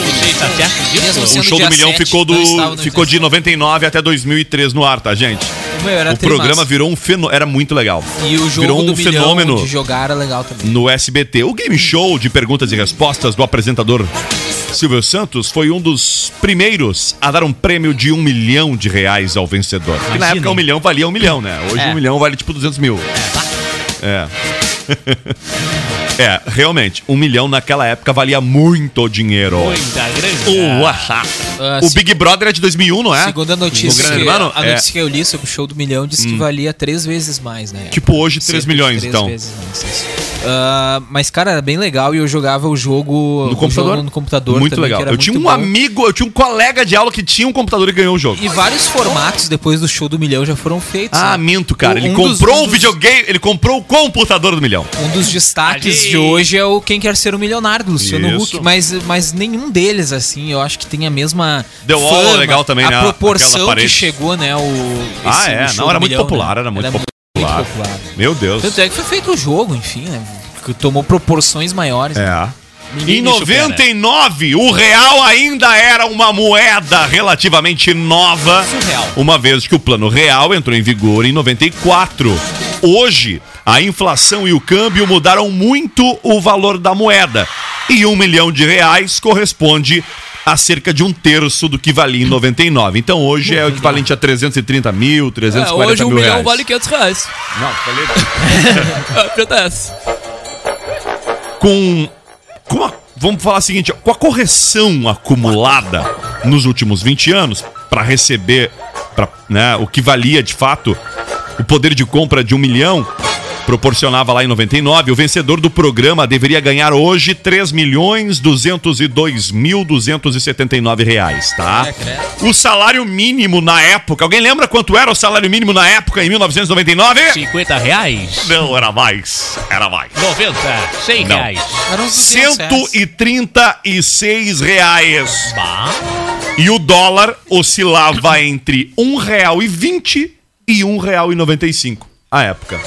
Mesmo
O
sendo
show do
dia
Milhão
7,
ficou,
não estava
do,
no
ficou de 99 até 2003 no ar, tá, gente?
Meu, era
o
trimassa.
programa virou um fenômeno. Era muito legal.
E o jogo
virou um
do milhão
fenômeno
de jogar era legal também.
no SBT. O game show de perguntas e respostas do apresentador Silvio Santos foi um dos primeiros a dar um prêmio de um milhão de reais ao vencedor. Porque na
Imagina,
época
hein?
um milhão valia um milhão, né? Hoje
É.
um milhão vale tipo 200 mil. É. (laughs) É, realmente, um milhão naquela época valia muito dinheiro.
Muita
Ah.
grande.
Uaxá. o Big Brother é de 2001, não é?
Segunda
O
notícia.
Grande
que-
Hermano?
a
É. Hum.
notícia que eu li sobre o show do milhão disse que valia três vezes mais, né?
Tipo hoje, três milhões, então.
Vezes mais, isso. Ah, mas, cara, era bem legal e eu jogava o jogo
No
o
computador?
jogo no computador
Muito
também,
legal.
que era
Eu tinha um
muito bom.
amigo, eu tinha um colega de aula que tinha um computador e ganhou o jogo.
E vários formatos depois do show do milhão já foram feitos.
Ah,
né?
minto, cara.
Um
Ele
dos-
comprou
um
o videogame, ele comprou o computador do milhão. (laughs)
Um dos destaques de hoje é o Quem Quer Ser o Milionário, do Luciano
Isso.
Huck. Mas, mas nenhum deles, assim, eu acho que tem a mesma.
The Wall é legal também,
a
né? Aquela
proporção
parede.
que chegou, né? O, esse-
Ah, é.
o show
Não, era
do
muito
milhão,
popular,
né?
era muito popular.
popular.
Meu Deus.
Tanto é que foi feito o jogo, enfim, né?
que tomou proporções maiores.
É.
Ninguém
em
me supera.
99, o real ainda era uma moeda relativamente nova. Uma vez que o plano real entrou em vigor em 94. Hoje, a inflação e o câmbio mudaram muito o valor da moeda. E um milhão de reais corresponde a cerca de um terço do que valia em 99. Então hoje é o equivalente a 330 mil,
É,
340
hoje um
mil
milhão
reais.
vale 500 reais.
(laughs)
Não, falei.
Ah,
Acontece.
com, com a- vamos falar o seguinte, ó, com a correção acumulada nos últimos 20 anos para receber pra, né, o que valia de fato o poder de compra de um milhão proporcionava lá em 99, o vencedor do programa deveria ganhar hoje 3 milhões 202 mil 279 reais, tá? O salário mínimo na época, alguém lembra quanto era o salário mínimo na época em 1999? 50 reais? Não, era mais, era mais.
90, 100
Não.
reais.
Eram
200 reais.
136 reais. E o dólar oscilava entre um real e vinte e um real e noventa e cinco à época.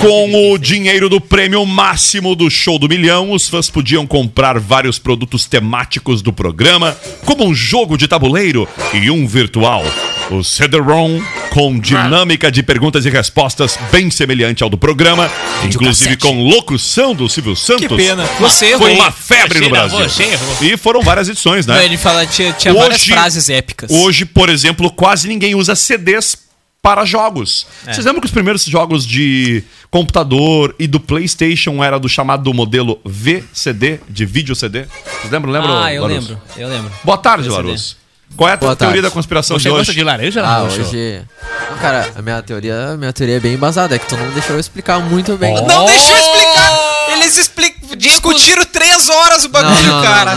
Com o dinheiro do prêmio máximo do Show do Milhão, os fãs podiam comprar vários produtos temáticos do programa, como um jogo de tabuleiro e um virtual. O CD-ROM, com dinâmica de perguntas e respostas bem semelhante ao do programa, inclusive com locução do Silvio Santos.
pena. Você errou,
Foi uma
hein?
febre
Você
no Brasil.
errou, você errou.
E foram várias edições, né?
Não, ele fala, tinha, tinha várias frases épicas.
Hoje, por exemplo, quase ninguém usa CDs para jogos.
É.
Vocês lembram que os primeiros jogos de computador e do PlayStation era do chamado modelo VCD, de vídeo CD? Vocês lembram? lembram
ah, eu
Larus?
lembro, eu lembro.
Boa tarde,
VCD.
Larus. Qual é a tua
Boa
teoria
tarde.
da conspiração
Você
de hoje?
gosta de laranja,
Ah,
Ah, hoje. Não, Cara, a minha teoria, a minha teoria é bem embasada, é que tu não deixou eu explicar muito bem.
Oh!
Não deixou explicar! Eles expli- discutiram três horas o bagulho,
Não, não,
cara.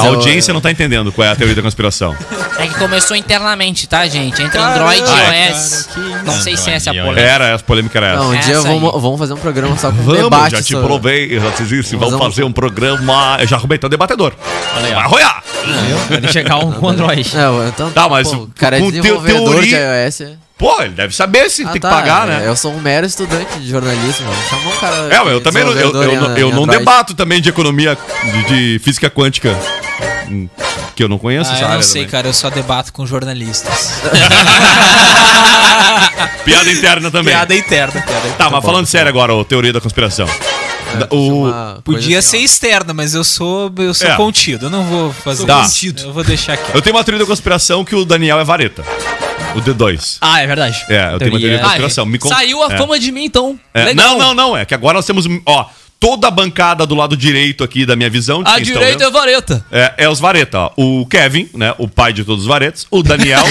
a audiência não tá entendendo qual é a teoria da conspiração.
É que começou internamente, tá, gente? Entre Android
Caramba,
e iOS. não sei se é essa a polêmica.
Era, a polêmica era essa.
Não, um dia
Essa
vamos, vamos fazer um programa só com
Vamos,
debate.
já te
sobre-
provei, eu já te disse, vamos fazer um programa. Eu já arrumei teu debatedor. Vai arroiar!
Ele chegar um com Android. Não, então,
Tá, mas
pô,
o-
o cara é
com teu
desenvolvedor
teoria-
de iOS.
Pô, ele deve saber se
Ah,
tem
tá,
que pagar,
é,
né?
Eu sou um mero estudante de jornalismo. Chamou um cara.
É, mas eu também não, eu, eu,
desenvolvedor
não-
em-
eu
em
não
Android.
debato também de economia, de, de física quântica, hum, que eu não conheço
Ah,
essa
eu não
área.
sei,
também.
cara, eu só debato com jornalistas.
(laughs) Piada interna também.
Piada interna. Piada
Tá, mas falando sério agora, ô, teoria da conspiração.
É,
Da- o...
"Ah,
Podia ser externa, mas eu sou, eu sou
assim, É.
contido. Eu não vou fazer
Tá.
contido. Eu vou deixar aqui.
Eu tenho uma teoria da conspiração que o Daniel é vareta. O D2.
Ah, é verdade.
É, eu tenho uma teoria da conspiração. Me con-
Saiu a
é.
fama de mim, então.
É, Não,
Legal.
não, não. É que agora nós temos, ó, toda a bancada do lado direito aqui da minha visão. de
A
quem estão
direita é
vendo,
vareta.
é, é os vareta, ó. O Kevin, né? O pai de todos os varetas. O
(laughs)
Daniel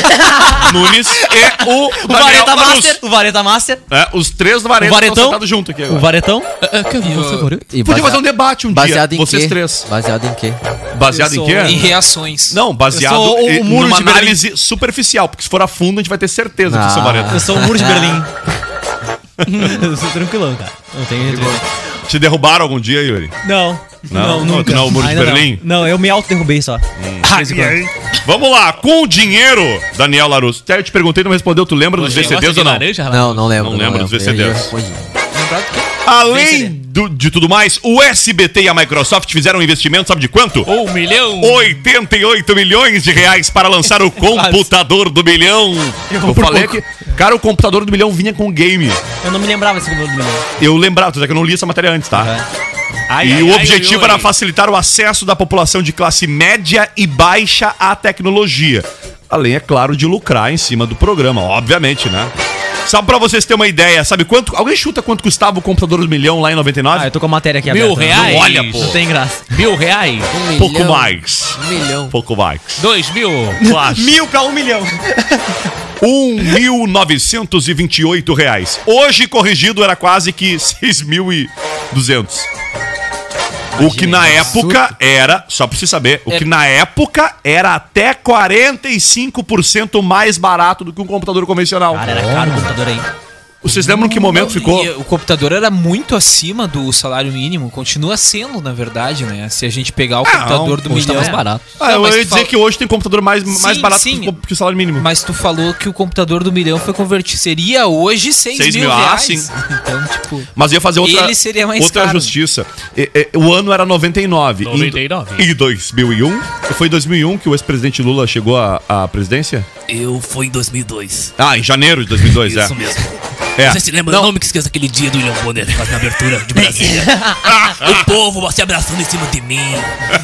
Nunes e o,
O
Daniel
Vareta
Lanús.
Master, o Vareta Master.
É, os três do
O
Vareta
Varetão?
estão sentados junto aqui agora.
O Varetão? é
E
Podia
baseado-
fazer um debate um
baseado
dia,
em
vocês
quê?
três.
Baseado em quê?
Baseado
Eu
em
sou um
quê?
Em reações.
Não, baseado
Eu sou o- o
em-
muro
numa
de Berlim.
análise superficial, porque se for a fundo a gente vai ter certeza que é
Ah.
são vareta.
Eu sou o muro de Berlim. (laughs) eu sou tranquilão, cara. Não tem
Te derrubaram algum dia, Yuri?
Não.
Não, não, tu não é o muro de
Ainda não.
Berlim?
Não. eu me autoderrubei só.
Ah, e aí? Vamos lá, com o dinheiro, Daniel Larusso. Até eu te perguntei, não respondeu, tu lembra dos
Você gosta
VCDs
de
ou não?
laranja, Rafa? Não, não
Não
lembro, não
lembro
lembro.
dos
Eu já
VCDs.
respondi.
Além do- de tudo mais, o SBT e a Microsoft fizeram um investimento, sabe de quanto?
Um milhão.
88 milhões de reais para lançar o computador do milhão. Eu falei que. Cara, o computador do milhão vinha com game.
Eu não me lembrava desse computador do milhão.
Eu lembrava, só que eu não li essa matéria antes, tá?
Ai,
e
ai,
o
ai,
objetivo
ui,
era
ui.
facilitar o acesso da população de classe média e baixa à tecnologia. Além, é claro, de lucrar em cima do programa, obviamente, né? Só pra vocês terem uma ideia, sabe quanto. Alguém chuta quanto custava o computador do milhão lá em 99? Ah, eu
tô com a matéria aqui
Mil
aberta.
reais?
Não olha, pô. Não tem graça.
Mil reais?
Pouco mais.
Um milhão.
Pouco mais.
Dois mil.
Quase.
Mil pra um milhão.
1.928 reais. Hoje, corrigido, era quase que 6.200. O que na época era, só pra você saber, o que na época era até 45% mais barato do que um computador convencional.
Cara, era caro o computador aí.
Vocês lembram que momento ficou?
E o computador era muito acima do salário mínimo, continua sendo, na verdade, né? Se a gente pegar o computador do
hoje
milhão...
tá mais barato. Ah, eu ia dizer que hoje tem computador mais, mais barato que o co- que o salário mínimo.
Mas tu falou que o computador do milhão foi convertido. Seria hoje 6
Seis
mil,
mil, ah,
reais.
sim.
(laughs) Então, tipo...
Mas eu ia fazer outra,
Ele seria mais
outra
caro.
justiça. E- e- o ano era 99.
99.
E, em 2001? Foi em 2001 que o ex-presidente Lula chegou à, à presidência?
Eu fui em 2002.
Ah, em janeiro de 2002, é.
Isso mesmo.
(laughs) É.
Você se lembra? Não, me esqueça aquele dia do William Bonner fazendo a abertura
(laughs)
de Brasília. o povo se abraçando em cima de mim.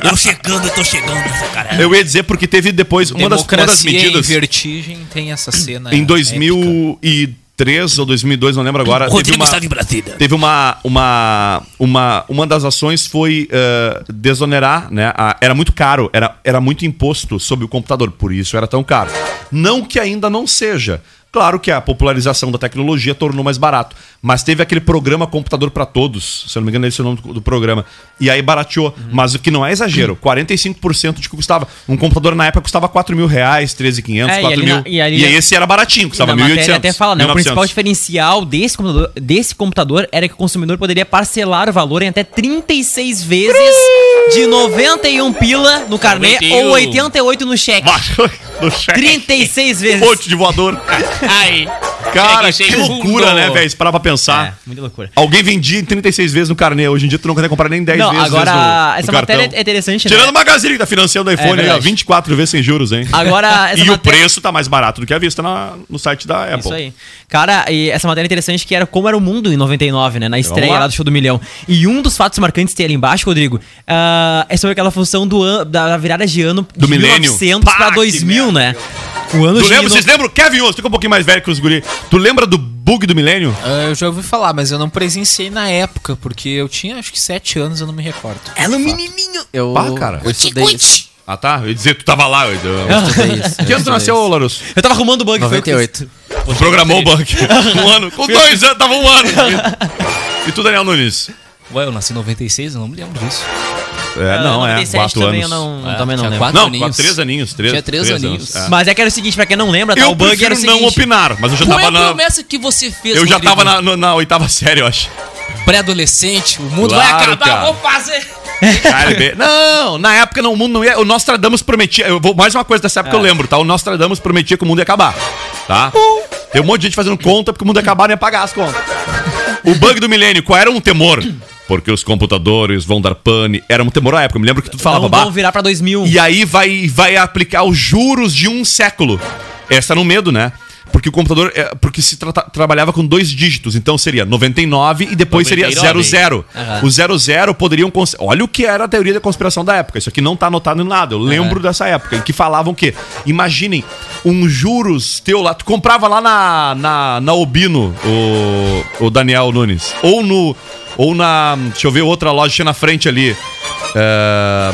Eu chegando, eu tô chegando, cara.
É. Eu ia dizer porque teve depois uma das, uma das
Democracia
medidas.
em vertigem tem essa cena.
Em 2003 ou 2002, não lembro agora.
Rodrigo
teve uma,
estava em Brasília.
Teve uma, uma, uma, uma das ações foi eh, desonerar, né? a- era muito caro, era, era muito imposto sobre o computador, por isso era tão caro. Não que ainda não seja. Claro que a popularização da tecnologia tornou mais barato, mas teve aquele programa Computador para Todos, se eu não me engano esse é o nome do, do programa, e aí barateou,
Uhum.
mas o que não
(clears throat)
é exagero, 45% de que custava. Um computador na época custava 4 mil reais, 13,500,
É, e
4
ali
mil,
na-
e,
e ali na-
esse era baratinho, custava
Na matéria
1.800,
até fala, né? O
1.900.
principal
(laughs)
diferencial desse computador, desse computador era que o consumidor poderia parcelar o valor em até 36 vezes de 91 pila no carnê
91.
ou 88 no cheque.
(laughs) no cheque. (laughs)
36 vezes.
Um monte
(laughs)
de voador.
É
Ai.
Cara,
Cheguei
que
cheio de
loucura,
fundo.
né, velho? Se parar pra pensar.
É, Muita loucura.
Alguém vendia em 36 vezes no carnê. Hoje em dia tu não consegue comprar nem 10
Não,
vezes.
agora,
no- no
essa
cartão.
matéria é interessante,
Tirando
né?
o Magazine que tá financiando o iPhone, aí, ó,
verdade.
24 vezes sem juros, hein? (laughs)
Agora, essa
e o
matéria- É
preço tá mais barato do que a vista na- no site da Apple.
Isso aí. Cara, e essa matéria é interessante que era como era o mundo em 99, né? Na estreia
lá.
lá. do show do milhão. E um dos fatos marcantes que tem ali embaixo, Rodrigo, ah, é sobre aquela função do an- da virada de ano
Do
de
milênio.
1900 pra 2000, né? O ano
Tu
de
lembra,
no-
vocês lembram? Kevin Osso, fica um pouquinho mais velho que os guri. Tu lembra do bug do milênio?
Ah, eu já ouvi falar, mas eu não presenciei na época, porque eu tinha acho que 7 anos, eu não me recordo.
Ela é um menininho.
Eu,
Pá, cara.
eu estudei isso.
Ah, tá? Eu ia dizer, tu tava lá. Eu, eu,
Ah,
Eu
(laughs)
estudei isso.
que ano tu nasceu, ô, Larus?
Eu tava arrumando o bug, foi o que eu
98.
Tu Programou o bug.
(laughs)
um ano. Com dois anos, tava um ano. E tu, Daniel Nunes?
Ué, eu nasci em 96, eu não me lembro disso.
É,
Ah,
não, é.
97
Quatro
também
anos.
eu não- também não
tinha
lembro.
quatro
Não,
aninhos.
É, quatro,
três aninhos. Três,
Tinha três aninhos.
anos, é.
Mas é que era o seguinte, pra quem não lembra, tá?
eu
O bug era o
prefiro não
seguinte.
opinar, mas eu já
Qual é
tava
a
na...
promessa que você fez,
Eu já
Rodrigo?
tava na, no- na oitava série, eu acho.
Pré-adolescente, o mundo vai
Claro,
acabar,
cara.
vou fazer...
Cara, bem- não, na época não, o mundo não ia... O Nostradamus prometia... Eu vou, mais uma coisa dessa época eu lembro, tá? O Nostradamus prometia que o mundo ia acabar, tá? Tem um monte de gente fazendo conta porque o mundo ia acabar e ia pagar as contas. O bug do milênio, qual era um temor? Porque os computadores vão dar pane. Era um temor à época, eu me lembro que tu falava...
Vamos,
"Bah,
vamos virar pra 2000.
E aí vai, vai aplicar os juros de um século. Essa era um medo, né? Porque o computador. é, Porque se trata- trabalhava com dois dígitos. Então seria 99 e depois seria
99.
00.
Aham.
O 00 poderiam. cons- Olha o que era a teoria da conspiração da época. Isso aqui não tá anotado em nada. Eu lembro dessa época. Em que falavam que. Imaginem, um juros teu lá. Tu comprava lá na, na, na Obino, o, o Daniel Nunes. Ou no. Ou na. Deixa eu ver outra loja que tinha na frente ali. É,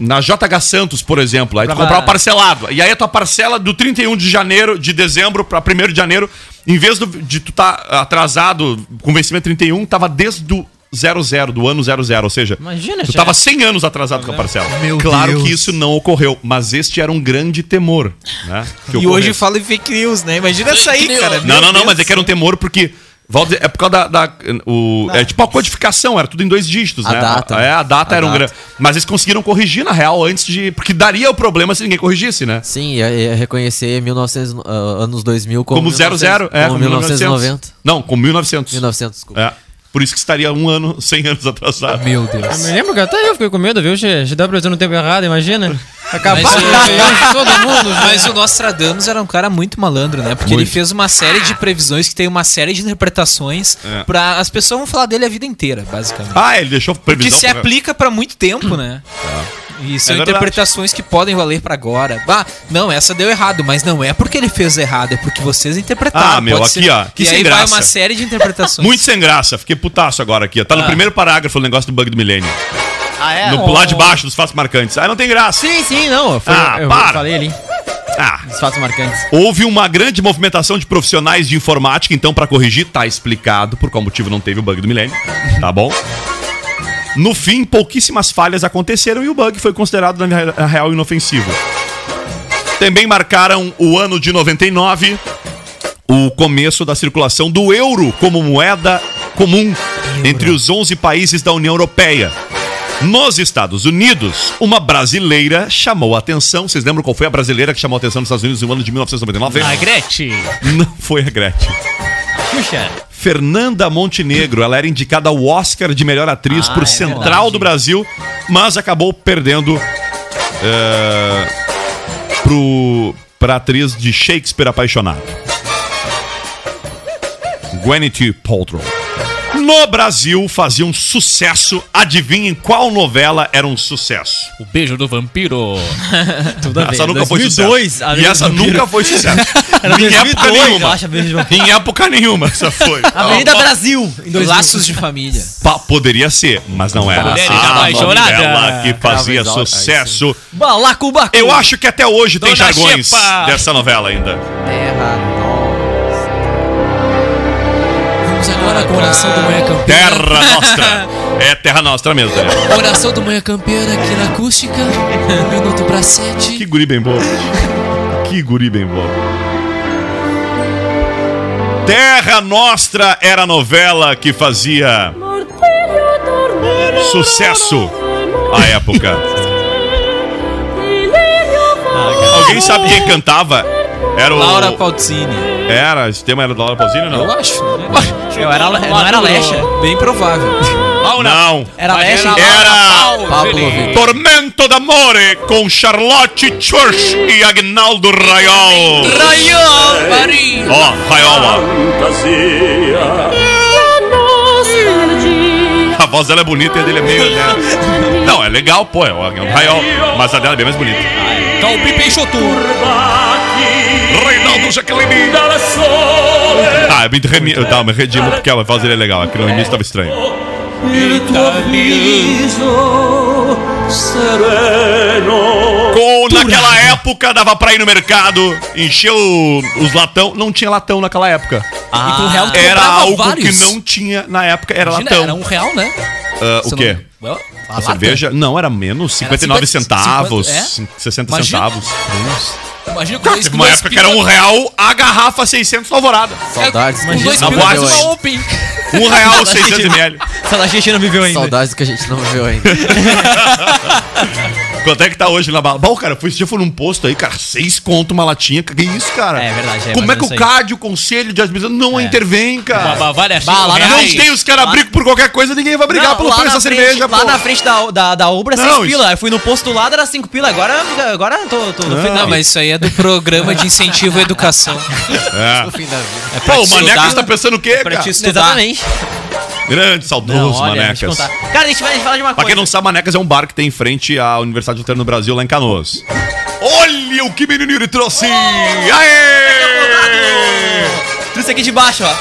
na JH Santos, por exemplo. Aí tu
Pra-
comprava parcelado. E aí a tua parcela do 31 de janeiro, de dezembro pra 1 de janeiro, em vez do- de tu tá atrasado com vencimento 31, tava desde o 00, do ano 00. Ou seja,
Imagina,
tu
já.
tava 100 anos atrasado com a parcela.
Meu
claro
Deus.
que isso não ocorreu, mas este era um grande temor. Né,
E
que ocorresse.
hoje fala em fake news, né? Imagina isso aí, cara.
Não, não, não, mas é que era um temor porque. Valdo, é por causa da. da- o, é tipo a codificação, era tudo em dois dígitos,
A
né?
data.
É, a data
A
era um
data.
grande. Mas eles conseguiram corrigir, na real, antes de. Porque daria o problema se ninguém corrigisse, né?
Sim, ia, ia reconhecer 1900, no- ah, anos 2000 como...
Como 00,
1900,
é,
como 1990.
Não, como 1900.
1900, desculpa.
É. Por isso que estaria um ano, (laughs) 100 anos atrasado.
Meu
Eu me lembro que até eu fiquei com medo, viu? Se se dá pra dizer no tempo errado, imagina. Acabar
Mas,
com o Réveillon de todo mundo.
mas o Nostradamus era um cara muito malandro, né? Porque ele
Muito.
fez uma série de previsões que tem uma série de interpretações
É.
pra. As pessoas vão falar dele a vida inteira, basicamente.
Ah, ele deixou
Porque
previsão.
se é
pra-
aplica pra muito tempo, né? E são
É verdade.
interpretações que podem valer pra agora. Ah, não, essa deu errado, mas não é porque ele fez errado, é porque vocês interpretaram.
Ah, meu,
Pode
aqui, ó, que
e
sem
aí
graça.
vai uma série de interpretações.
Muito sem graça, fiquei putaço agora aqui. ó. Tá no
Ah.
primeiro parágrafo o negócio do bug do milênio.
Ah, é?
No,
Oh.
Lá de baixo dos fatos marcantes. Ah, não tem graça.
Sim, sim, não. Foi,
Ah,
eu
para.
falei ali.
Ah.
Os fatos marcantes.
Houve uma grande movimentação de profissionais de informática, então, pra corrigir, tá explicado por qual motivo não teve o bug do milênio, tá bom? No fim, pouquíssimas falhas aconteceram e o bug foi considerado, na re- na real, inofensivo. Também marcaram o ano de 99, o começo da circulação do euro como moeda comum entre os 11 países da União Europeia. Nos Estados Unidos, uma brasileira chamou a atenção. Vocês lembram qual foi a brasileira que chamou a atenção nos Estados Unidos no ano de 1999?
A Gretchen.
Não foi a Gretchen.
Xuxa.
Fernanda Montenegro, ela era indicada ao Oscar de melhor atriz
Ah,
por
é
Central
verdade.
do Brasil, mas acabou perdendo eh, pro, pra atriz de Shakespeare apaixonado. Gwyneth Paltrow. No Brasil fazia um sucesso. Adivinhem qual novela era um sucesso?
O beijo do
(laughs)
vampiro.
Tudo a ver. 2002,
sucesso.
a Beijo do Vampiro.
(laughs)
Era
em época
2002,
nenhuma.
eu acho, a Beijo do Vampiro. Em época nenhuma
(laughs)
essa foi.
Avenida
Brasil.
Em dois Laços de família.
Pa- poderia ser, mas não era.
Mulheres
tá
a
apaixonadas.
novela que fazia
então,
Cravo exalta,
sucesso.
Balacubacu.
Eu acho que até hoje tem
Dona
jargões
Xepa.
dessa novela ainda.
Vamos agora com a oração do Manhã
(laughs)
Campeira.
Terra Nostra. É Terra Nostra mesmo. né?
Oração do Manhã Campeira aqui na acústica. Um minuto pra sete.
Que guri bem bom. Que guri bem bom. Terra Nostra era a novela que fazia sucesso à época. Alguém sabe quem cantava? Era o.
Laura Pautini.
Era, esse tema era da Laura Pausini ou não?
Eu acho. né?
Eu era, não era Lecha.
Bem provável.
Não.
Era Lecha.
Era
Pablo
Tormento d'Amore com Charlotte Church e Agnaldo Raiol.
Raiol, Paris.
Ó, Raiol, ó. (laughs) A voz dela é bonita e a dele é meio. né? Não, é legal, pô, é o Agnaldo Raiol. Mas a dela é bem mais bonita.
Calpi Peixoto.
Reinaldo Jaqueline. Ah, eu me redimo, tá, eu me redimo porque a voz dele é legal. Aqui no início tava estranho. Com naquela época dava pra ir no mercado, encher o- os latão. Não tinha latão naquela época.
E
Ah.
com o real tu
era
comprava
algo que
vários.
não tinha na época, era
Imagina,
latão.
Era um real, né?
Ah,
Se
o
eu
quê?
não- Well, a
A
lata.
cerveja? Não, era menos. 59
50,
centavos,
é?
cin- 60
Imagina.
centavos. Nossa.
Imagina com dois
Teve uma
duas
época que era um
pipas-
real a garrafa 600 na alvorada.
Saudades,
Com dois
Na
pilas
boate.
e uma open.
Um real,
Saudades,
600
gente.
ml.
Saudades que (laughs) a gente não viveu ainda.
Saudades que a gente não viu ainda.
Quanto é que tá hoje na bala? Bom, cara, eu fui esse dia foi num posto aí, cara, seis conto uma latinha. Que isso, cara? É
verdade, é
Como é
mais
que
ou menos isso
o
aí. É.
CAD, o Conselho de Administração, não intervém, cara?
Uma Bavária
Bah, lá na
não
frente.
tem os caras brigam por qualquer coisa, ninguém vai brigar
Não,
pelo
lá
preço
na
da
frente-
cerveja,
Lá
pô.
na frente da, da, da Ubra, né?
Não,
6
isso-
pila. Eu fui no posto do lado, era 5 pila. Agora, agora tô, tô no
Não,
final.
mas isso aí é do programa de incentivo à educação.
É.
fim da vida.
É pra
Pô,
te
o Maneca
estudar.
está pensando o
É
quê,
(laughs) pra
cara?
te estudar.
Exatamente. Não,
Grande, saudoso,
olha, deixa eu te
Manecas.
contar. Cara, deixa eu falar de uma
Pra quem
coisa.
não sabe, Manecas é um bar que tem em frente à Universidade Luterana do Brasil, lá em Canoas. Olha o que menino ele trouxe!
Oh,
Aê!
Tudo isso aqui de baixo, ó.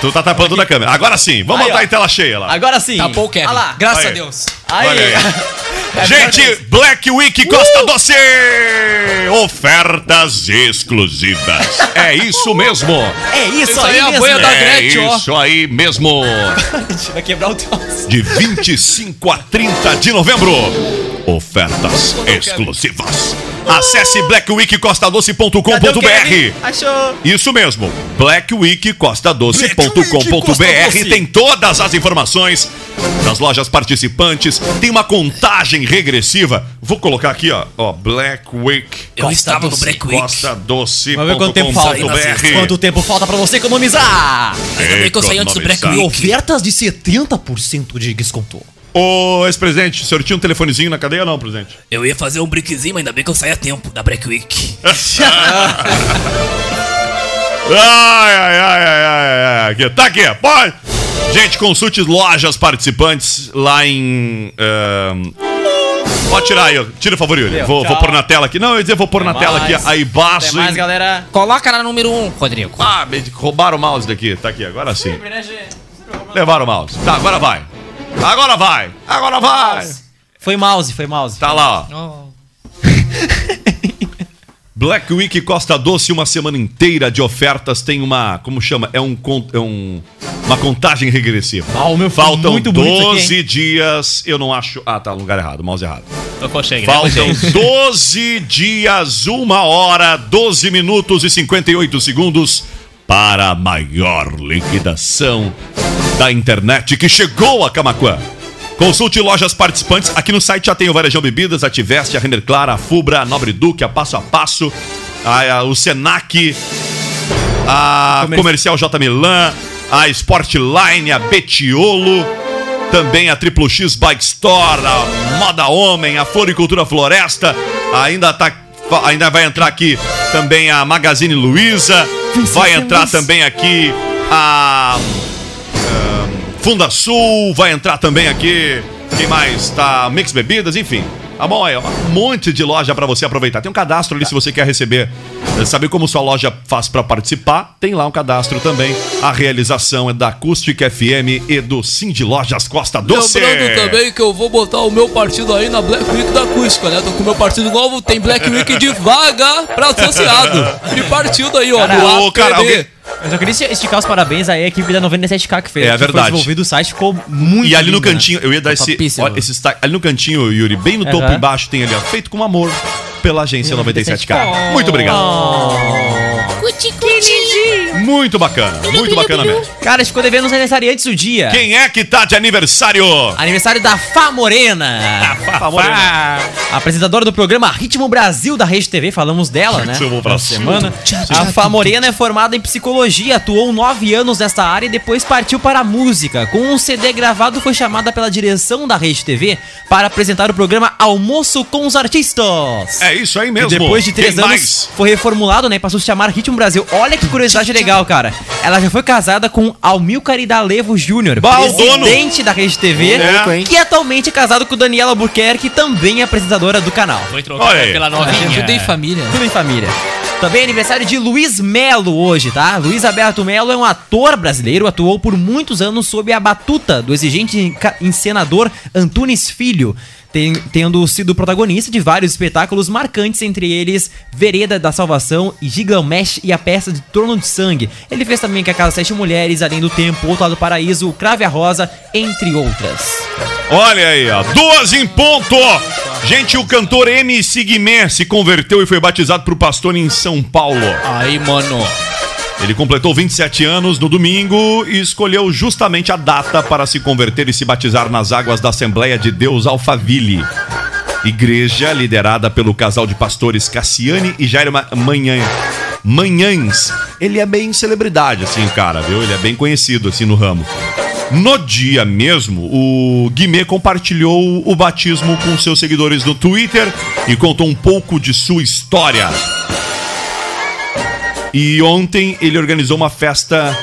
Tu tá tapando toda a câmera. Agora sim, vamos
Aí,
botar
ó.
em tela cheia lá.
Agora sim.
Tapou o Tá Kevin.
Olha lá.
Graças
Aí.
a Deus.
(laughs) Aí. É
Olha aí. Gente, Black Week
Uh!
Costa Doce! Ofertas exclusivas. É isso mesmo.
É isso,
Isso aí
aí
é a
mesmo.
boia da
É
Gretchen, ó.
isso aí mesmo.
Vai quebrar o troço.
De 25 a 30 de novembro. Ofertas exclusivas. Acesse blackweekcostadoce.com.br.
Achou.
Isso mesmo, blackweekcostadoce.com.br tem todas as informações das lojas participantes, tem uma contagem regressiva. Vou colocar aqui, ó, ó Black Week.
Eu estava no Black Week.
Costa Doce.
Vamos ver quanto tempo falta. Quanto tempo falta pra você economizar?
Ainda bem que eu saí antes do Black
E
Week.
ofertas de 70% de desconto.
Ô, ex-presidente, o senhor tinha um telefonezinho na cadeia ou não, presidente?
Eu ia fazer um brickzinho, mas ainda bem que eu saí a tempo da Black Week.
Ai, ai, ai, ai, ai, ai, aqui, tá aqui, pode. Gente, consulte lojas participantes lá em. ahn, Pode tirar aí, ó. tira o favor, Yuri.
Meu,
Vou, vou
tchau.
pôr na tela aqui. Não, eu ia dizer, vou pôr na
Até
tela aqui.
mais.
Aí
Até
baixo.
mais, galera.
Coloca na número 1, um, Rodrigo.
Ah, me roubaram o mouse daqui. Tá aqui, agora sim. Levaram o mouse. Tá, agora vai. Agora vai. Agora vai.
Foi mouse, foi mouse.
Tá lá, ó. (laughs) Black Week Costa Doce, uma semana inteira de ofertas. Tem uma. Como chama? É um. con- É um uma contagem regressiva.
Ah, o meu ficou
Faltam
muito bonito
12
aqui, hein?
dias. Eu não acho. Ah, tá no lugar errado, mouse errado.
Não consegue, né?
Faltam 12 dias, 1 hora, 12 minutos e 58 segundos para a maior liquidação da internet que chegou a Camacuã. Consulte lojas participantes. Aqui no site já tem o Varejão Bebidas, a Tiveste, a Render Clara, a Fubra, a Nobre Duque, a Passo a Passo, a- a- o Senac, a Comercial J Milan, a Sportline, a Betiolo, também a Triplo X Bike Store, a Moda Homem, a Floricultura Floresta, ainda tá fa- ainda vai entrar aqui também a Magazine Luiza, vai entrar também aqui a ahn, Funda Sul, vai entrar também aqui quem mais? Tá Mix Bebidas, enfim. Tá bom, é um monte de loja pra você aproveitar. Tem um cadastro ali se você quer receber, eh, saber como sua loja faz pra participar. Tem lá um cadastro também. A realização é da Acústica FM e do Sim de Lojas Costa Doce.
Lembrando também que eu vou botar o meu partido aí na Black Week da Cusca, né? Tô com o meu partido novo, tem Black Week de vaga pra associado. E partido aí, ó.
Cara,
do
ô, cara,
APB.
alguém- Eu só queria esticar os parabéns aí à equipe da 97K que fez.
É,
que foi
verdade.
desenvolvido o site, ficou muito
E ali no
lindo, né?
cantinho, eu ia dar esse,
Topíssimo.
ó, esse destaque. Ali no cantinho, Yuri, bem no topo
Aham.
embaixo, tem ali, ó, feito com amor pela agência 97K. Muito obrigado.
Cuti, cuti.
Muito bacana, muito bacana mesmo.
Cara, a gente ficou devendo os aniversariantes do dia.
Quem é que tá de aniversário?
Aniversário da Fá Morena. Fá
Morena.
Apresentadora do programa Ritmo Brasil da Rede TV, falamos dela, né?
Ritmo
Na
Brasil.
semana. A Fá Morena é formada em psicologia, atuou nove anos nesta área e depois partiu para a música. Com um CD gravado, foi chamada pela direção da Rede TV para apresentar o programa Almoço com os Artistas.
É isso aí mesmo.
E depois de três
Quem
anos,
mais?
foi reformulado, né? e Passou a se chamar Ritmo Brasil. Olha que curiosidade legal, cara. Ela já foi casada com Almilcar Idalevo Júnior,
Bah, o dono.
presidente da Rede TV,
É. Louco, hein?
que atualmente é casado com Daniela Albuquerque, também é apresentadora do canal.
Foi
Olha aí.
trocada pela novinha.
Tudo em família. Tudo em família. Também é aniversário de Luiz Melo hoje, tá? Luiz Alberto Melo é um ator brasileiro, atuou por muitos anos sob a batuta do exigente enca- encenador Antunes Filho, ten- tendo sido protagonista de vários espetáculos marcantes, entre eles Vereda da Salvação e Gigamesh e a peça de Trono de Sangue. Ele fez também Que a Casa Sete Mulheres, Além do Tempo, Outro Lado do Paraíso, Crave a Rosa, entre outras.
Olha aí, ó. Duas em ponto! Gente, o cantor M. Sigmé se converteu e foi batizado pro pastor em São Paulo.
Aí, mano.
Ele completou 27 anos no domingo e escolheu justamente a data para se converter e se batizar nas águas da Assembleia de Deus Alphaville. Igreja liderada pelo casal de pastores Cassiane e Jairo Ma- Manhã. Manhães. Ele é bem celebridade, assim, o cara, viu? Ele é bem conhecido, assim, no ramo. No dia mesmo, o Guimê compartilhou o batismo com seus seguidores no Twitter e contou um pouco de sua história. E ontem ele organizou uma festa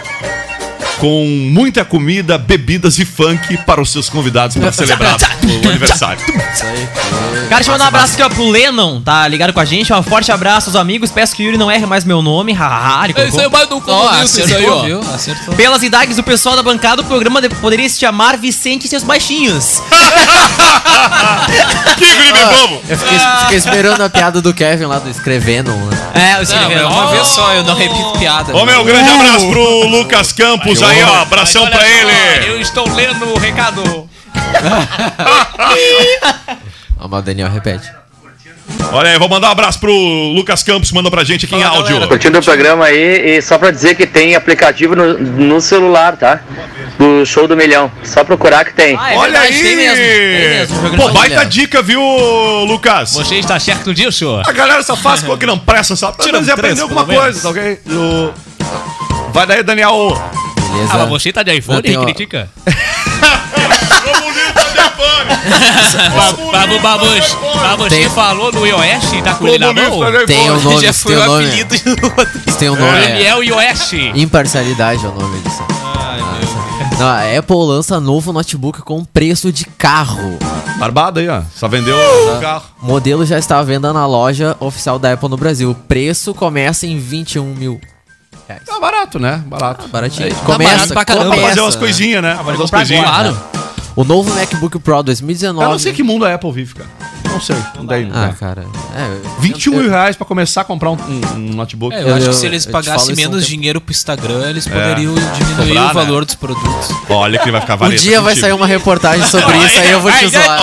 com muita comida, bebidas e funk para os seus convidados para celebrar o aniversário.
Cara, deixa eu mandar um abraço aqui, ó, pro Lennon, tá ligado com a gente? Um forte abraço aos amigos. Peço que o Yuri não erre mais meu nome. Haha, ele
É isso aí,
colocou.
mais um comunista, isso aí, ó.
viu? Pelas idades do pessoal da bancada, o programa de- poderia se chamar Vicente e seus baixinhos.
que grime bobo!
Eu fiquei, fiquei esperando a piada do Kevin lá do escrevendo.
É, eu escrevi
uma vez só,
eu não repito piada.
Ô meu, grande abraço pro Lucas Campos aí, ó. Abração pra ele.
Eu estou lendo o recado.
(laughs)
Ah, mas o Daniel repete.
Olha aí, vou mandar um abraço pro Lucas Campos, manda pra gente aqui em áudio.
Curtindo o programa aí e só pra dizer que tem aplicativo no, no celular, tá? Do show do milhão. Só procurar que tem.
Olha
É verdade,
aí!
tem mesmo, tem mesmo, jogando
Pô,
no
baita
milhão.
dica, viu, Lucas?
Você está certo disso?
é.
A galera só faz coisa que não presta, só Tira
Tira
mas
um
aprender
três,
alguma
pelo
coisa, tá ok? O- Vai daí, Daniel.
Beleza.
Ah, mas você tá de iPhone
Não, tem,
e
ó.
critica? Babu, babu, babus. Babus,
Tem-
você falou no iOS? Tá com ele na mão?
Tem o nome,
é (laughs) Já
isso
foi
tem o
o
nome. é.
apelido.
Isso tem um nome. é.
Daniel iOS.
Imparcialidade é o nome disso. Não, a Apple lança novo notebook com preço de carro.
Barbado aí, ó. Só vendeu
Uh!
o carro.
O modelo já está à venda na loja oficial da Apple no Brasil. O preço começa em 21 mil.
Tá barato, né? Barato.
Baratinho.
Tá
começa,
barato pra caramba.
começa,
Fazer umas coisinhas, né? Fazer umas coisinhas.
Claro. O novo MacBook Pro 2019.
Eu não sei que mundo a Apple vive, cara. Não sei. Não dá,
Ah, cara. É, eu-
21
eu-
mil reais pra começar a comprar um, um- um notebook.
É, eu, acho que se eles
eu te falo
pagassem
isso há um
menos
tempo.
dinheiro pro Instagram, eles
É.
poderiam diminuir
Cobrar,
o valor
né?
dos produtos.
Olha que ele vai ficar
Um
valendo.
dia vai sair uma reportagem sobre isso, aí eu vou te zoar.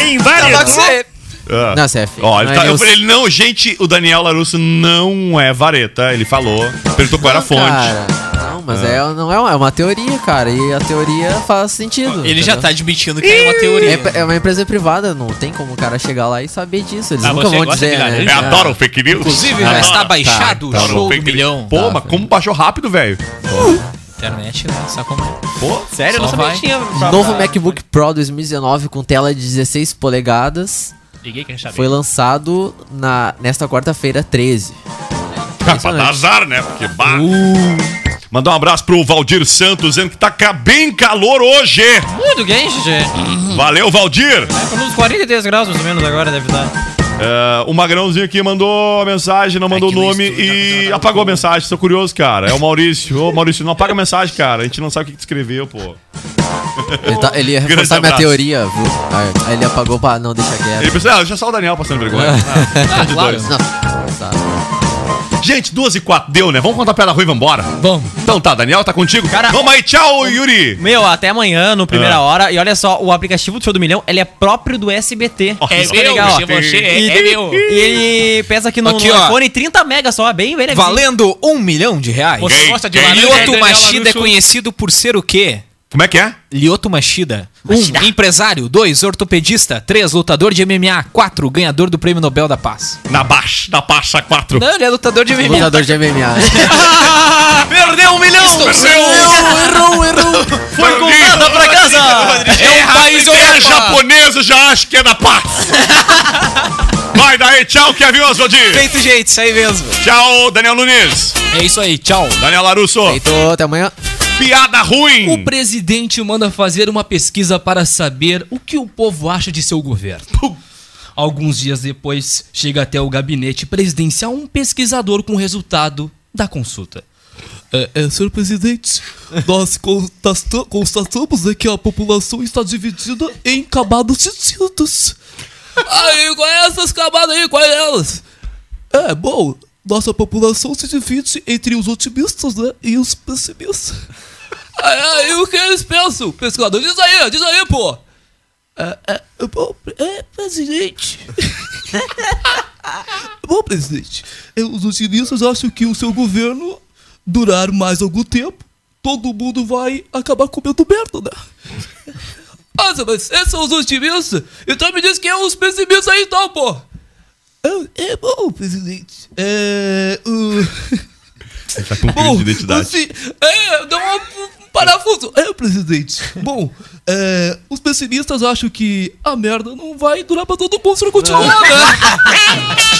Em várias-
Tá bom que você-
Ah.
Não, você é feio.
Ó, ele
Não é
tá- eu
Nilson.
falei, ele não, gente, o Daniel Larusso não é vareta. Ele falou. Perguntou
Ah,
qual era a fonte.
Cara, não, mas
Ah.
é, não é, uma, é uma teoria, cara. E a teoria faz sentido.
Ele já
entendeu?
tá admitindo que é uma
(laughs)
teoria.
É, é uma empresa privada, não tem como o cara chegar lá e saber disso. Eles
Ah,
nunca
você
vão
gosta de
dizer, né?
vigarista? Eu adoro fake news.
é, Inclusive,
Adoro.
vai estar
Tá,
baixado
tá,
o show
tá,
do milhão.
Pô, mas como baixou rápido, velho?
Internet, né? Sabe como é?
Pô,
sério? Eu não sabia que tinha pra-
Novo
pra-
MacBook Pro 2019 com tela de 16 polegadas.
Liguei que a gente tá
Foi
bem.
lançado na, nesta quarta-feira 13.
(laughs) pra dar azar, né? Porque bah. Mandar um abraço pro Valdir Santos, dizendo que tá ca- bem calor hoje.
Muito bem, GG.
Valeu, Valdir.
Tá uns 43 graus, mais ou menos, agora deve dar.
É, o Magrãozinho aqui mandou a mensagem, não mandou o nome e apagou a mensagem. Tô curioso, cara. É o Maurício. Ô, Maurício, não apaga a mensagem, cara. A gente não sabe o que que tu escreveu, pô.
Ele, tá- ele ia
Grande
reforçar minha
abraço.
teoria, viu? Aí ele apagou pra não deixar quieto.
Ele pensou, ah, já só o Daniel
(laughs)
passando vergonha. Ah, de
claro.
dois.
Não.
Gente, duas e quatro deu, né? Vamos contar pra ela ruim e vambora?
Vamos.
Então tá, Daniel, tá contigo? Cara, Vamos aí, tchau, Yuri.
Meu, até amanhã, no Primeira
Ah.
Hora. E olha só, o aplicativo do Show do Milhão, ele é próprio do SBT.
É
Isso
meu,
legal.
você- você é-
e,
é meu.
E ele pesa aqui no,
Aqui,
no
ó.
iPhone 30 mega só, é bem bem levinho.
Valendo um milhão de reais.
Você Gay, gosta de gay. laranja,
Lioto
Daniela
Machida é
Larusso?
conhecido por ser o quê?
Como é que é?
Lioto Machida. Um, empresário. Dois, ortopedista. Três, lutador de MMA. Quatro, ganhador do Prêmio Nobel da Paz.
Na baixa, na paixa quatro.
Não, ele é lutador de MMA.
Lutador de MMA.
(laughs) Perdeu um milhão!
Estou errou, errou, errou.
Foi com nada pra casa. É um país é japonês, eu já acho que é da (laughs) paz. Vai daí, tchau, Kevin Oswald.
Feito jeito, isso aí mesmo.
Tchau, Daniel Nunes.
É isso aí, tchau.
Daniel Larusso.
Feito, até amanhã.
Piada ruim.
O presidente manda fazer uma pesquisa para saber o que o povo acha de seu governo. Alguns dias depois, chega até o gabinete presidencial um pesquisador com o resultado da consulta.
É, é, senhor presidente, nós constata- constatamos né, que a população está dividida em camadas distintas. Aí, qual é essas camadas aí? Qual é elas? É, bom, nossa população se divide entre os otimistas né, e os pessimistas. É, é, e o que eles pensam, pesquisador? Diz aí, diz aí, pô! É, é, bom, é, presidente. (laughs) Bom, presidente, eu- os otimistas acham que o seu governo durar mais algum tempo, todo mundo vai acabar comendo merda, né? (laughs) Nossa, mas esses são os otimistas? Então me diz quem é os pessimistas aí, então, pô! É, é bom, presidente. É. O. (laughs)
Tá com
Bom,
crise de identidade.
assim, é, dá uma- um parafuso. É, presidente. Bom, é, os
É.
pessimistas acham que a merda não vai durar pra todo mundo se não continuar, né?